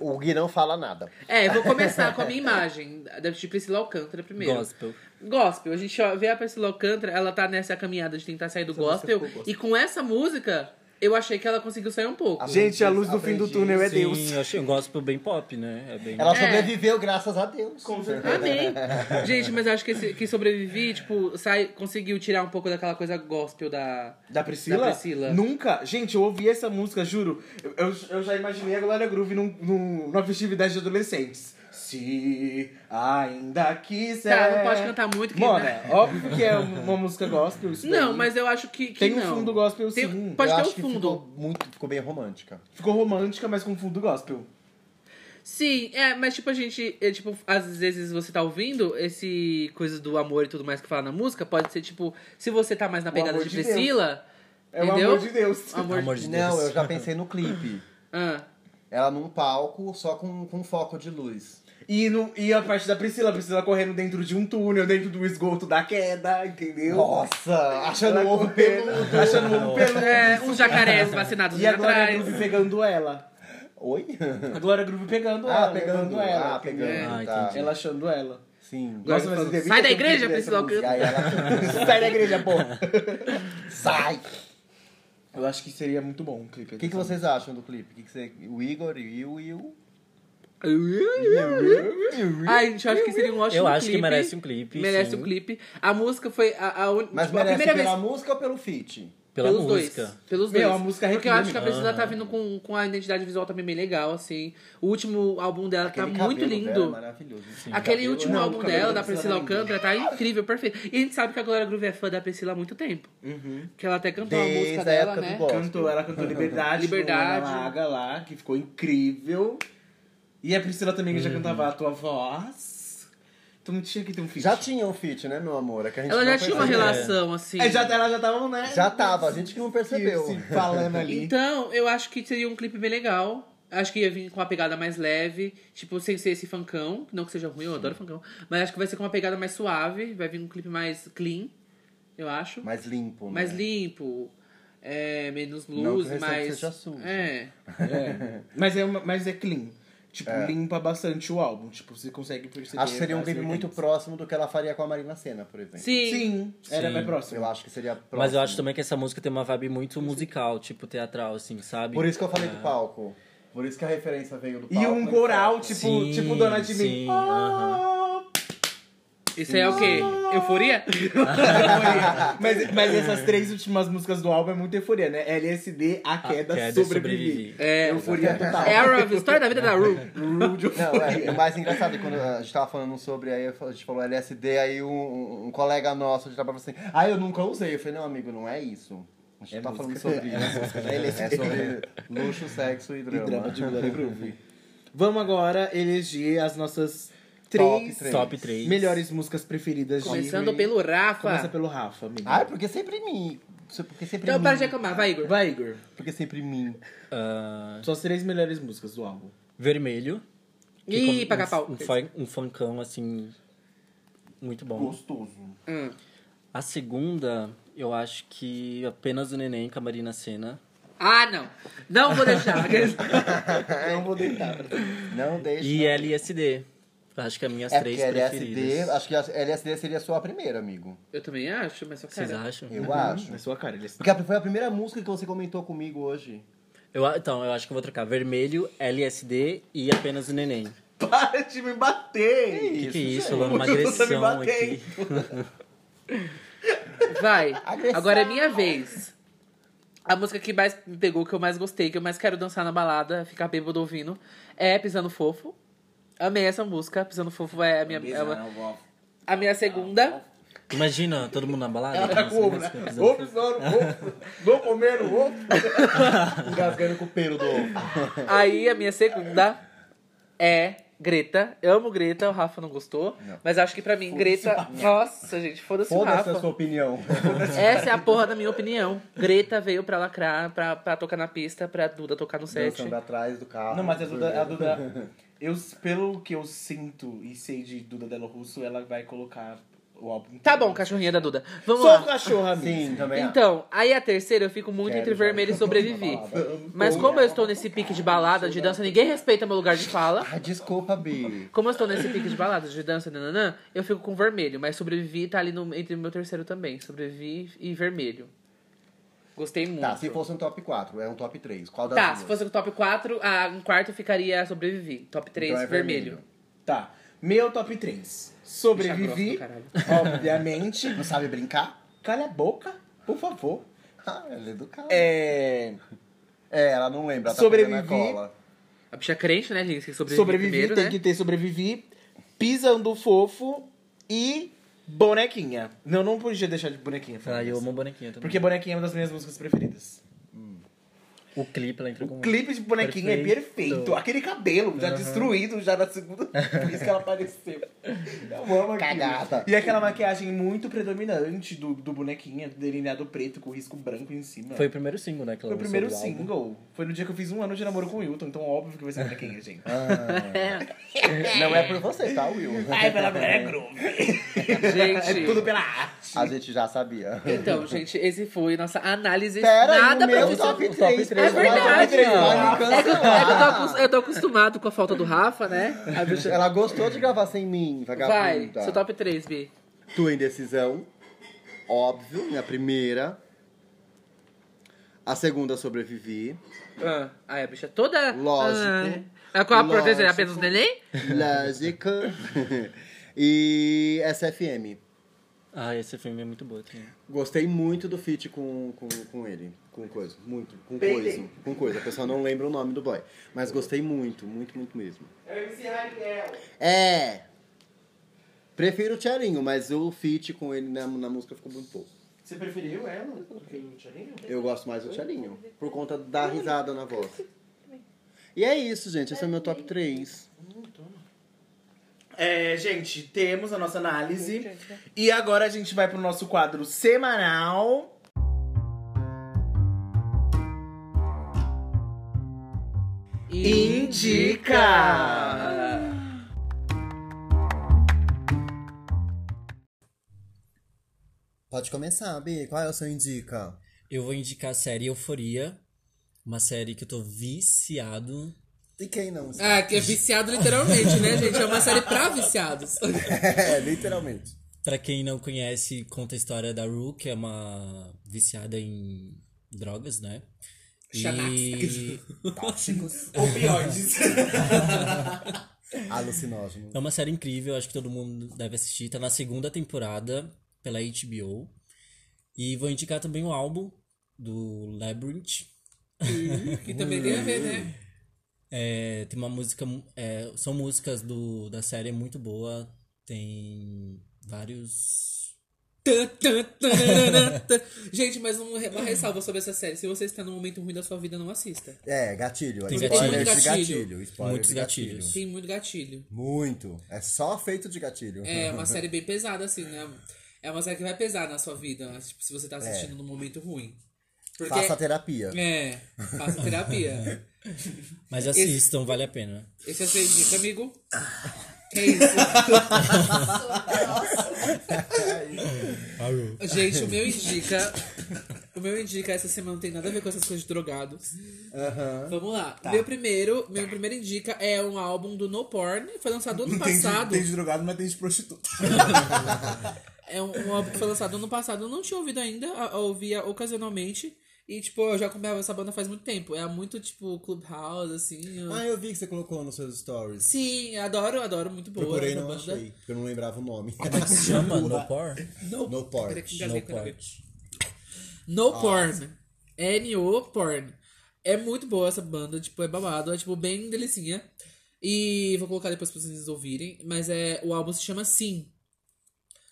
S2: O Gui não fala nada.
S3: É, eu vou começar com a minha imagem de Priscila Alcântara primeiro.
S4: Gospel.
S3: Gospel. A gente ó, vê a Priscila Alcântara, ela tá nessa caminhada de tentar sair do gospel, E com essa música, eu achei que ela conseguiu sair um pouco.
S2: A-
S1: Gente, a luz do fim do
S2: Aprendi.
S1: túnel é
S4: Sim,
S1: Deus.
S4: eu achei um gospel bem pop, né? É bem.
S2: Ela
S3: É.
S2: sobreviveu, graças a Deus.
S3: Amém. Gente, mas eu acho que, esse, que sobrevivi, tipo, sai, conseguiu tirar um pouco daquela coisa gospel da.
S1: Da Priscila?
S3: Da Priscila.
S1: Nunca. Gente, eu ouvi essa música, juro. Eu, eu, eu já imaginei a Glória Groove num, num, numa festividade de adolescentes. Se ainda quiser.
S3: Tá, não pode cantar muito que
S1: Mona,
S3: né?
S1: óbvio que é uma uma música gospel. Isso
S3: Não,
S1: daí.
S3: mas eu acho que, que
S1: Tem um
S3: não.
S1: fundo gospel
S3: Tem-
S1: sim.
S3: Pode
S2: eu
S3: ter
S2: acho
S3: um
S2: que
S3: fundo.
S2: Ficou, muito, ficou bem romântica.
S1: Ficou romântica, mas com um fundo gospel.
S3: Sim, é, mas tipo, a gente. é, tipo, às vezes você tá ouvindo esse coisa do amor e tudo mais que fala na música. Pode ser, tipo, se você tá mais na
S1: O
S3: pegada
S1: amor
S3: de
S1: de Deus.
S3: Priscila.
S1: É o
S3: entendeu?
S1: amor de Deus.
S3: Amor,
S4: Amor de Deus.
S2: Não, eu já pensei no clipe.
S3: Ah,
S2: Ela num palco, só com, com foco de luz.
S1: E, no, e a parte da Priscila, a Priscila correndo dentro de um túnel, dentro do esgoto da queda, entendeu?
S2: Nossa, achando
S1: Ela
S2: o ovo
S1: correndo,
S2: peludo.
S1: Achando o ovo peludo.
S3: é, uns jacarés vacinados
S1: E
S3: lá
S1: a Glória
S3: atrás.
S1: Groove pegando ela.
S2: Oi?
S1: A Glória Groove pegando
S2: Ah,
S1: ela,
S2: pegando
S1: levando ela.
S2: Ah, pegando.
S1: entendeu?
S4: Ah,
S2: tá.
S4: entendi.
S1: Ela achando ela.
S2: Sim.
S1: Nossa,
S3: Glória
S1: mas
S3: falando,
S1: devia
S3: "Sai da
S1: ter
S3: igreja,
S1: clipe dessa
S3: Priscila
S1: música.
S2: E aí ela
S1: Sai da igreja, porra.
S2: sai.
S1: Eu acho que seria muito bom um clipe.
S2: O que, que vocês acham do clipe? O Que que você... O Igor e o Will?
S3: Ai, gente, eu acho que seria um ótimo
S4: Eu acho que
S3: clipe.
S4: merece um clipe,
S3: Merece
S4: sim.
S3: um clipe. A música foi a, a, un-
S2: Mas
S3: tipo, a
S2: merece
S3: primeira
S2: pela
S3: vez.
S2: música ou pelo feat?
S4: Pela
S3: pelos
S4: música.
S3: dois. Pelos
S1: Meu,
S3: dois.
S1: a música
S3: Porque eu
S1: arrepia,
S3: acho que a
S1: amigo.
S3: Priscila tá vindo com, com a identidade visual também bem legal, assim. O último álbum dela
S2: Aquele
S3: tá
S2: cabelo
S3: muito
S2: dela é
S3: lindo.
S2: maravilhoso. Sim.
S3: Aquele
S2: Cabelo-
S3: último
S1: não,
S3: álbum
S1: o cabelo
S3: dela,
S1: da
S3: da Priscila
S1: Priscila é lindo.
S3: Alcântara, tá incrível, perfeito. E a gente sabe que a Glória Groove é fã da Priscila há muito tempo. Que ela até cantou uma
S2: Uhum. Desde
S3: música
S2: a
S3: dela,
S2: época
S3: né?
S2: do gospel.
S1: Cantou, ela cantou Liberdade,
S3: Liberdade.
S1: Liberdade. Ana Laga lá, que ficou incrível. E a Priscila também
S4: Uhum.
S1: que já cantava a tua voz. Então não tinha que ter um feat.
S2: Já tinha um feat, né, meu amor? É que a gente
S3: Ela
S2: não
S3: já tinha uma
S2: percebeu.
S3: relação, assim.
S1: É, já,
S2: tá
S1: ela já tava, né?
S2: Já tava, a gente que não percebeu.
S1: Se falando ali.
S3: Então, eu acho que seria um clipe bem legal. Acho que ia vir com uma pegada mais leve, tipo, sem ser esse funkão. Não que seja ruim, eu adoro funkão. Mas acho que vai ser com uma pegada mais suave, vai vir um clipe mais clean, eu acho.
S2: Mais limpo, né?
S3: mais limpo, é, menos
S2: Não que o
S3: luz,
S2: restante
S3: mais.
S2: seja né? sujo.
S3: É.
S1: É. Mas, é uma- mas é clean. Tipo, limpa bastante o álbum. Tipo, você consegue perceber.
S2: É. Acho que seria um
S1: as
S2: clipe muito
S1: vertentes.
S2: próximo do que ela faria com a Marina Senna, por exemplo.
S3: Sim.
S1: Sim, era
S4: Sim.
S1: mais
S2: Eu
S1: próximo.
S2: acho que seria próximo.
S4: Mas eu acho também que essa música tem uma vibe muito musical, tipo teatral, assim, sabe?
S2: Por isso que eu falei do palco. Por isso que a referência veio do palco.
S1: E um
S2: do
S1: coral,
S2: palco.
S1: tipo,
S4: Sim,
S1: tipo Dona de
S4: sim,
S1: mim. Ah,
S4: aham.
S3: Isso aí é o quê? Euforia?
S1: mas, mas essas três últimas músicas do álbum é muita euforia, né? LSD, A Queda,
S4: queda,
S1: Sobrevivi.
S4: sobrevivi.
S3: É.
S1: Euforia total.
S3: É a Ru- história da vida da Ru.
S1: Rule de
S2: Não,
S1: euforia.
S2: é, o mais engraçado é quando a gente tava falando sobre, aí a gente falou LSD, aí um, um colega nosso de trabalho falou assim, ah, eu nunca usei. Eu falei, não, amigo, não é isso. A gente
S4: É
S2: tá
S4: música.
S2: falando sobre isso. É sobre luxo, sexo e
S1: E
S2: drama.
S1: drama de Glória Groove. Vamos agora eleger as nossas
S2: Top
S1: três,
S2: três.
S4: Top 3.
S1: melhores músicas preferidas de
S3: Começando pelo Rafa.
S1: Começa pelo Rafa, amiga.
S2: Ai, porque Ah, é sempre me Porque sempre
S3: Então
S2: mim.
S3: para de reclamar, vai, Igor.
S1: Vai, Igor.
S2: Porque sempre mim.
S4: Ah,
S1: São as três melhores músicas do álbum.
S4: vermelho. que
S3: Ih,
S4: com-
S3: paga
S4: um-
S3: pau.
S4: Um, fun- um funkão, assim, muito bom.
S1: Gostoso.
S3: Hum.
S4: A segunda, eu acho que apenas o Neném com a Marina Senna.
S3: Ah, não. Não vou deixar.
S1: Eu vou deitar.
S2: Não deixa.
S4: E
S1: é
S4: LSD. Acho que é minhas
S2: é
S4: três
S2: porque LSD,
S4: preferidas.
S2: acho que a LSD seria a sua primeira, amigo.
S3: Eu também acho, mas só
S1: é
S4: Vocês
S3: cara.
S4: acham?
S2: Eu acho.
S1: Na sua cara, eles
S2: Porque a- foi a primeira música que você comentou comigo hoje.
S4: Eu, a- então, eu acho que eu vou trocar vermelho, LSD e apenas o Neném.
S1: Para de me bater!
S4: Que que é isso?
S1: gente?
S4: Lando? Uma
S1: Você me
S4: agressão
S1: bateu,
S4: aqui.
S1: hein?
S3: Vai.
S2: Agressão.
S3: Agora é minha vez. A música que mais me pegou, que eu mais gostei, que eu mais quero dançar na balada, ficar bêbado ouvindo, é Pisando Fofo. Amei essa música. Pisando Fofo é a minha, é uma- a minha segunda.
S4: Imagina, todo mundo na balada.
S1: Ela tá com ovo, né? Ovo, zoro, ovo. Vou comer o ovo.
S2: Engasgando com o pelo do
S3: Aí a minha segunda é Greta. Eu amo Greta, o Rafa não gostou. Mas acho que pra mim, Greta. Nossa, gente, foda-se o
S2: Foda-se
S3: Rafa.
S2: a sua opinião.
S3: Essa é a porra da minha opinião. Greta veio pra lacrar, pra, pra tocar na pista, pra Duda tocar no set.
S2: Dançando atrás do
S4: Ah,
S2: carro.
S1: Não, mas é a Duda, a
S2: vermelho.
S1: Duda- Eu, pelo que eu sinto e sei de Duda Delo Russo, ela vai colocar o álbum.
S3: Tá
S1: inteiro.
S3: bom, cachorrinha da Duda. Vamos
S1: Sou o
S3: lá.
S1: cachorro, amigo.
S2: Sim, também acho.
S3: Então, aí a terceira eu fico muito
S2: Quero
S3: entre
S2: já.
S3: vermelho e sobrevivi.
S2: Balada.
S3: Mas como eu estou nesse pique de balada, de dança, ninguém respeita meu lugar de fala.
S2: Ah, desculpa, Bi.
S3: Como eu estou nesse pique de balada, de dança, nananã, eu fico com vermelho. Mas sobrevivi tá ali no, entre o meu terceiro também. Sobrevivi e vermelho. Gostei muito.
S2: Tá, se fosse um top 4, é um top 3. Qual das
S3: Tá,
S2: duas?
S3: se fosse o top 4, a, um quarto ficaria sobrevivi. Top 3,
S2: Então é
S3: vermelho.
S1: Tá. Meu top 3.
S3: Bicha
S1: Sobrevivi,
S3: grossa do
S1: obviamente.
S2: Não sabe brincar?
S1: Cala a boca, por favor.
S2: Ah, ela é educada. É,
S1: É.
S2: ela não lembra. Ela tá
S1: Sobrevivi.
S2: pegando a cola.
S3: A bicha é crente, né, gente? Que sobrevive
S1: Sobrevivi,
S3: primeiro,
S1: tem
S3: né?
S1: que ter sobrevivi. Pisando fofo e bonequinha. Não, não podia deixar de bonequinha.
S4: Ah, eu
S1: foda-se.
S4: amo bonequinha também.
S1: Porque bonequinha é uma das minhas músicas preferidas.
S4: o clipe ela entrou com...
S1: O clipe de bonequinha é
S4: Um Perfeito.
S1: perfeito. Aquele cabelo já destruído já na segunda vez que ela apareceu. Eu amo aquilo.
S2: Cagada.
S1: E aquela maquiagem muito predominante do, do bonequinha, delineado preto com risco branco em cima.
S4: Foi o primeiro single, né? Que ela
S1: Foi o
S4: lançou
S1: primeiro
S4: do álbum.
S1: single. Foi no dia que eu fiz um ano de namoro com o Wilton, então óbvio que vai ser bonequinha, gente.
S2: Não é por você, tá, Will?
S1: Ai, pela é groove.
S3: Gente.
S1: É tudo pela arte.
S2: A gente já sabia.
S3: Então, gente, esse foi nossa análise
S2: Pera aí,
S3: nada
S2: o meu
S3: profissional.
S2: top
S4: Top
S2: 3.
S4: três,
S3: É verdade.
S2: Ela, me
S3: É que, eu-
S2: cancelar.
S3: é que eu, tô, acus- eu tô acostumado com a falta do Rafa, né? A bicha-
S2: ela gostou de gravar sem mim,
S3: Vai, tá
S2: vagabunda.
S3: seu top 3, Bi.
S2: Tua indecisão, óbvio, minha primeira. A segunda sobrevivi.
S3: Ah, ai, a bicha é toda.
S2: Lógico.
S3: Ai. É qual a
S2: Lógico.
S3: proteção? Apenas o neném?
S2: Lógico. e SFM.
S4: Ah, esse filme é muito bom também.
S2: Gostei muito do feat com, com, com ele. Com coisa. Muito. Com
S1: Baby.
S2: coisa. Com coisa. A pessoa não lembra o nome do boy. Mas gostei muito, muito, muito mesmo. É. Prefiro o Tcharinho, mas o feat com ele na, na música ficou muito pouco.
S1: Você preferiu ela do que o Tcharinho?
S2: Eu gosto mais do Tcharinho. Por conta da risada na voz. E é isso, gente. Esse é o meu top 3.
S1: É, gente, temos a nossa análise. E agora a gente vai pro nosso quadro semanal. Indica!
S2: Pode começar, Bi. Qual é o seu indica?
S4: Eu vou indicar a série Euforia. Uma série que eu tô viciado.
S2: E quem não?
S3: Ah, que é viciado literalmente, né, gente? É uma série pra viciados.
S2: É, literalmente.
S4: Pra quem não conhece, conta a história da Rue, que é uma viciada em drogas, né? E
S2: Tóxicos. Alucinógeno.
S4: é uma série incrível, acho que todo mundo deve assistir. Tá na segunda temporada pela HBO. E vou indicar também o álbum do Labyrinth.
S3: Que também tem a ver, né?
S4: É, tem uma música. mu- é, são músicas do, da série é muito boa. Tem vários.
S3: Tã, tã, tã, tã, tã. Gente, mas um- uma ressalva sobre essa série. Se você está num momento ruim da sua vida, não assista.
S6: É, gatilho.
S4: Tem
S6: Spoilers
S4: gatilho.
S6: de gatilho. Spoilers
S4: Muitos
S6: de gatilho.
S4: gatilhos.
S3: Tem muito gatilho.
S6: Muito. É só feito de gatilho.
S3: É uma série bem pesada, assim, né? É uma série que vai pesar na sua vida, né? tipo, se você tá assistindo num momento ruim. Porque
S7: Faça terapia.
S3: é, faça terapia.
S4: Mas assistam, vale a pena.
S3: Esse é o seu indica, amigo. Que isso? Gente, o meu indica. O meu indica essa semana não tem nada a ver com essas coisas de drogados. Vamos lá. Meu primeiro, meu primeiro indica é um álbum do No Porn, foi lançado ano
S8: Não tem, de,
S3: passado.
S8: tem de drogado, mas tem de prostituta.
S3: É um, um álbum que foi lançado ano passado, eu não tinha ouvido ainda, a- a- ouvia ocasionalmente. E, tipo, eu já acompanhava essa banda faz muito tempo. É muito, tipo, Clubhouse, assim. eu-
S7: Ah, eu vi que você colocou nos seus stories.
S3: Sim, adoro, adoro, muito boa
S7: Procurei e
S3: essa
S7: não
S3: banda.
S7: achei, porque eu não lembrava o nome.
S4: Chama no por?
S7: No
S3: Peraí
S7: Port.
S3: que engasguei
S4: No
S3: com o
S4: porn. Ah.
S3: negócio. No Porn. N-O Porn. É muito boa essa banda, tipo, é babado, é tipo bem delicinha. E vou colocar depois pra vocês ouvirem, mas é o álbum se chama Sim.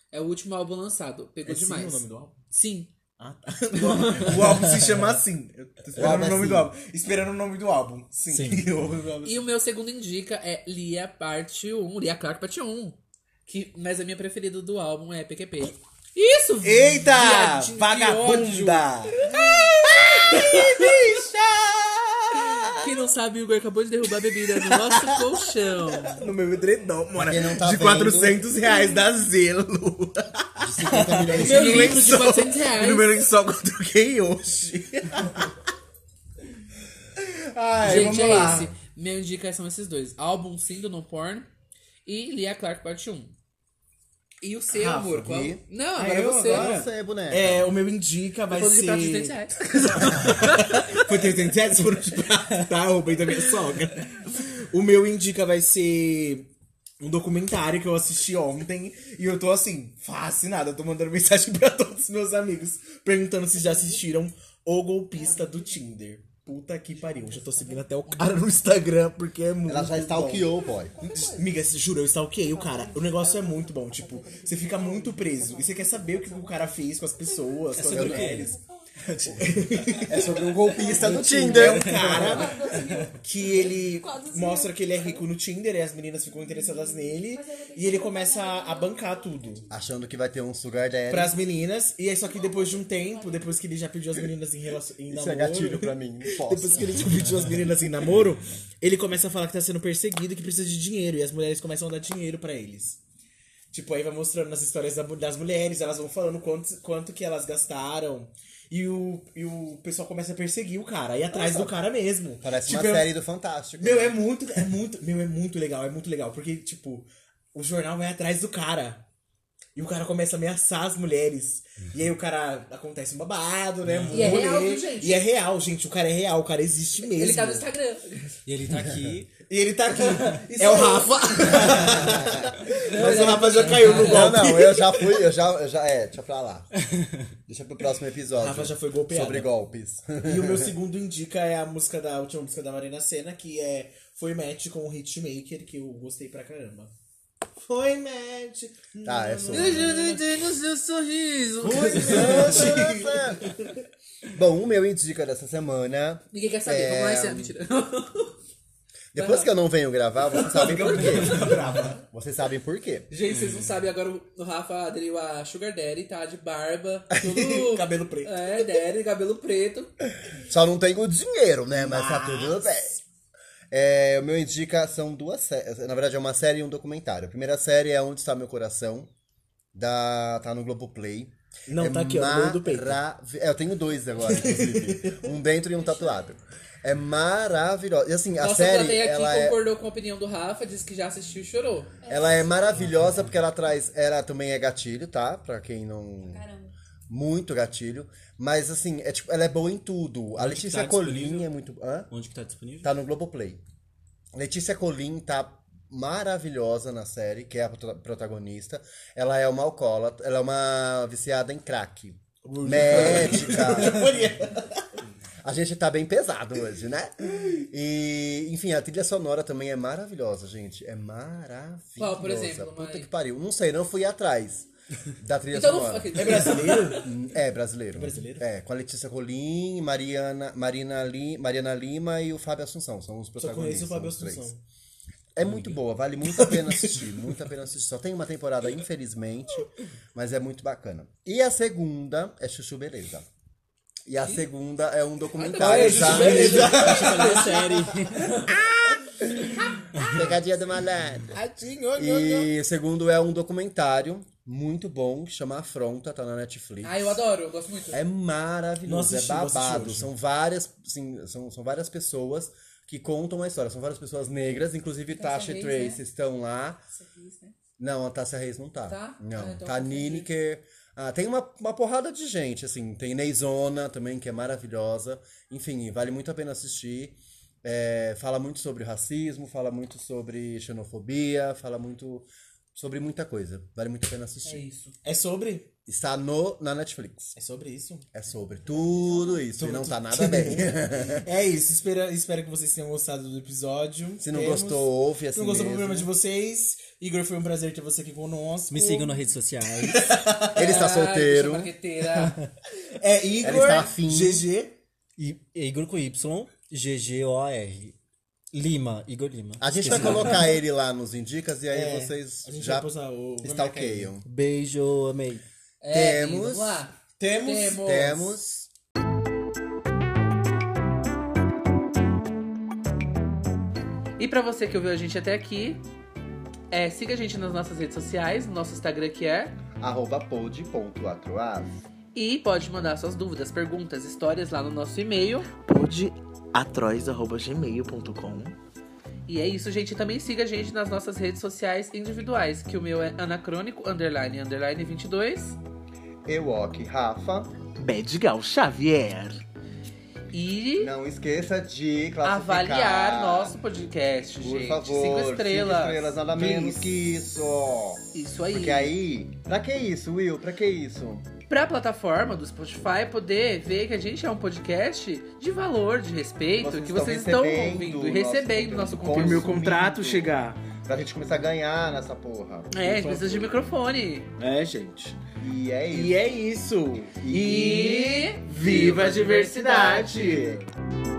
S3: É o último álbum lançado, pegou demais.
S4: É o nome do álbum?
S3: Sim.
S8: O álbum se chama assim. Eu tô
S7: O álbum
S8: esperando
S7: é
S8: o nome
S7: Sim.
S8: do álbum. Esperando o nome do álbum. Sim.
S4: Sim.
S3: E o meu segundo indica é Lia Parte 1, Lia Clark Parte 1. Que, mas a minha preferida do álbum é PQP. Isso!
S8: Eita!
S3: viadinho, que ódio.
S8: Vagabunda!
S3: Quem não sabe, o Igor acabou de derrubar a bebida no nosso colchão.
S8: No meu edredom,
S7: Pra
S8: mora.
S7: quem não tá
S8: de
S7: vendo.
S8: 400 reais da Zelo.
S7: De 50 milhões
S3: Meu
S7: de
S3: livro de
S8: lençol.
S3: 400
S8: O
S3: reais.
S8: número de sol que eu troquei hoje. Ai,
S3: Gente,
S8: vamos
S3: é
S8: lá.
S3: esse. Minha indicação é esses dois. Álbum Sim do No Porn e Lia Clark Parte 1. E o seu,
S9: Rafa,
S3: amor? Qual?
S9: e?
S3: Não, agora
S8: eu
S3: você.
S8: agora?
S7: Você é boneca.
S8: É, o meu indica vai
S3: Todo de prato de 200
S8: ser...
S3: reais.
S8: Foi 300 reais? Foram os pratos, tá? Roubei da minha sogra. O meu indica vai ser um documentário que eu assisti ontem. E eu tô assim, fascinada. Eu tô mandando mensagem pra todos os meus amigos. Perguntando se já assistiram O Golpista do Tinder. Puta que pariu. Já tô seguindo até o cara no Instagram, porque é muito
S7: Ela já
S8: bom.
S7: stalkeou, boy.
S8: Miga, juro, eu stalkeei o cara. O negócio é muito bom, tipo, você fica muito preso. E você quer saber o que o cara fez com as pessoas, com as mulheres.
S7: É sobre um golpista do
S8: É um
S7: Tinder.
S8: cara que ele
S10: Quase
S8: mostra que ele é rico no Tinder e as meninas ficam interessadas nele. E ele começa a a bancar tudo
S7: Achando que vai ter um sugar daddy.
S8: pras meninas. E é só que depois de um tempo, depois que ele já pediu as meninas em, relação, em
S7: Isso é
S8: namoro-
S7: gatilho pra mim. não Posso.
S8: Depois que ele tipo, pediu as meninas em namoro, ele começa a falar que tá sendo perseguido e que precisa de dinheiro. E as mulheres começam a dar dinheiro pra eles. Tipo, aí vai mostrando as histórias da- das mulheres, elas vão falando quanto, quanto que elas gastaram. E o, e o pessoal começa a perseguir o cara, e atrás do cara mesmo.
S7: Parece
S8: Tipo,
S7: uma
S8: é-
S7: série do Fantástico.
S8: Meu, é muito, é muito, meu, é muito legal, é muito legal. Porque, tipo, o jornal vai atrás do cara. E o cara começa a ameaçar as mulheres. E aí o cara acontece um babado, né?
S3: E é
S8: um rolê.
S3: real, viu, gente?
S8: E é real, gente. O cara é real, o cara existe mesmo.
S3: Ele tá no Instagram.
S4: E ele tá aqui.
S8: E ele tá aqui. é o Rafa. Mas o Rafa já caiu no
S7: Não,
S8: golpe.
S7: não, eu já fui, eu já, eu já. É, deixa pra lá. Deixa pro próximo episódio.
S8: Rafa já foi golpeado.
S7: Sobre golpes.
S8: E o meu segundo indica é a música da a última música da Marina Senna, que é Foi Match com o Hitmaker, que eu gostei pra caramba. Foi Match.
S7: Tá, é sobre.
S3: no seu sorriso.
S7: Bom, o meu indica dessa semana.
S3: Ninguém quer saber.
S7: É.
S3: Vamos lá, esse é mentira.
S7: Depois que eu não venho gravar, vocês sabem por quê. Vocês sabem por quê.
S3: Gente, vocês não sabem, agora o Rafa aderiu a Sugar Daddy, tá? De barba, tudo...
S8: Cabelo preto.
S3: É, Daddy, cabelo preto.
S7: Só não tenho dinheiro, né? Mas, tá tudo bem. É, o meu indica são duas séries. Na verdade, é uma série e um documentário. A primeira série é Onde Está Meu Coração. Da, tá no Globoplay.
S8: Não,
S7: é
S8: tá aqui, ó, no meio do peito.
S7: maravi- É, eu tenho dois agora, inclusive. um dentro e um tatuado. É maravilhosa. E assim, a
S3: Nossa
S7: série,
S3: plateia aqui
S7: ela é...
S3: concordou com a opinião do Rafa, disse que já assistiu e chorou.
S7: Ela é maravilhosa porque ela traz. Ela também é gatilho, tá? Pra quem não.
S10: Caramba.
S7: Muito gatilho. Mas assim, é, tipo, ela é boa em tudo. A
S4: Onde
S7: Letícia
S4: tá
S7: Colin
S4: disponível?
S7: é muito. Hã?
S4: Onde que tá disponível?
S7: Tá no Globoplay. Letícia Colin tá maravilhosa na série, que é a prota- protagonista. Ela é uma alcoólatra, ela é uma viciada em crack. Médica. A gente tá bem pesado hoje, né? E, enfim, a trilha sonora também é maravilhosa, gente. É maravilhosa.
S3: Qual, por exemplo,
S7: Puta
S3: mãe?
S7: que pariu. Não sei, não fui atrás da trilha
S3: Então não...
S7: sonora.
S3: ok.
S7: É, brasileiro. brasileiro? É, com a Letícia Rolim, Mariana, Marina, Li, Mariana Lima e o Fábio Assunção. São os
S8: Só
S7: protagonistas.
S8: conheço o Fábio
S7: tá são os três.
S8: Assunção.
S7: É muito boa, vale muito a pena assistir, muito a pena assistir. Só tem uma temporada, infelizmente, mas é muito bacana. E a segunda é Chuchu Beleza. E a segunda é um documentário já. Pegadinha do malandro. E o segundo é um documentário muito bom, que chama Afronta, tá na Netflix.
S6: Ah, eu adoro, eu gosto muito.
S7: É maravilhoso,
S11: Não assisti,
S7: é
S11: vou assistir
S7: babado.
S11: hoje.
S7: São várias, sim, são, são várias pessoas que contam a história. São várias pessoas negras, inclusive Tasha e
S6: Reis,
S7: Trace
S6: né?
S7: estão lá.
S3: né?
S7: Não, a Tasha Reis não tá.
S6: Tá?
S7: Não,
S6: Ah, então
S7: tá
S6: eu confundi.
S7: Lineker. Ah, tem uma, uma porrada de gente, assim. Tem Neizona também, que é maravilhosa. Enfim, vale muito a pena assistir. É, fala muito sobre racismo, fala muito sobre xenofobia, fala muito sobre muita coisa. Vale muito a pena assistir.
S6: É isso.
S8: É sobre?
S7: Está no, na Netflix.
S8: É sobre isso.
S7: É sobre tudo isso. e não tá nada bem.
S8: é isso. Espero, espero que vocês tenham gostado do episódio.
S7: Se não
S8: Temos-
S7: gostou, ouve
S8: Se
S7: assim
S8: não gostou do
S7: mesmo.
S8: programa de vocis, Igor, foi um prazer ter você aqui conosco.
S11: Me sigam nas redes sociais.
S7: Ele
S3: Ah,
S7: está solteiro.
S6: Ai, bicha
S8: É Igor,
S7: Ela está afim.
S8: GG.
S11: E é Igor com Y, G-G-O-R. Lima, Igor Lima.
S7: A gente vai colocar ele lá nos indicas e aí
S8: É,
S7: vocês
S8: a gente
S7: já
S8: vai postar o- vai marcar ele.
S7: stalkeiam.
S11: Beijo, amei.
S6: é,
S7: Temos-
S6: vamos lá.
S8: Temos.
S6: Temos.
S7: Temos.
S3: E pra você que ouviu a gente até aqui, é, siga a gente nas nossas redes sociais, no nosso Instagram que é.
S2: Arroba pod.atroaz.
S3: E pode mandar suas dúvidas, perguntas, histórias lá no nosso e-mail.
S1: Pode atroz.gmail.com
S3: E é isso, gente. Também siga a gente nas nossas redes sociais individuais, que o meu é anacrônico, underline, underline 22.
S2: Ewok Rafa.
S1: Bedgal Xavier.
S3: E
S2: Não esqueça de classificar.
S3: avaliar nosso podcast,
S2: Por
S3: gente.
S2: favor.
S3: cinco estrelas.
S2: Cinco estrelas, nada menos que isso.
S3: Isso aí.
S2: Porque aí, pra que isso, Will? Pra que isso?
S3: Pra plataforma do Spotify poder ver que a gente é um podcast de valor, de respeito,
S2: Vocês
S3: que
S2: estão
S3: vocês estão
S2: recebendo
S3: ouvindo
S2: o
S3: e
S2: nosso
S3: recebendo
S2: conteúdo.
S3: nosso
S1: Quando
S3: conteúdo.
S2: Consumido.
S1: meu contrato chegar.
S2: Pra gente começar a ganhar nessa porra.
S3: É, a gente precisa de microfone.
S1: É, gente.
S2: E é isso.
S1: E é isso.
S3: E
S1: Viva a diversidade.
S3: diversidade.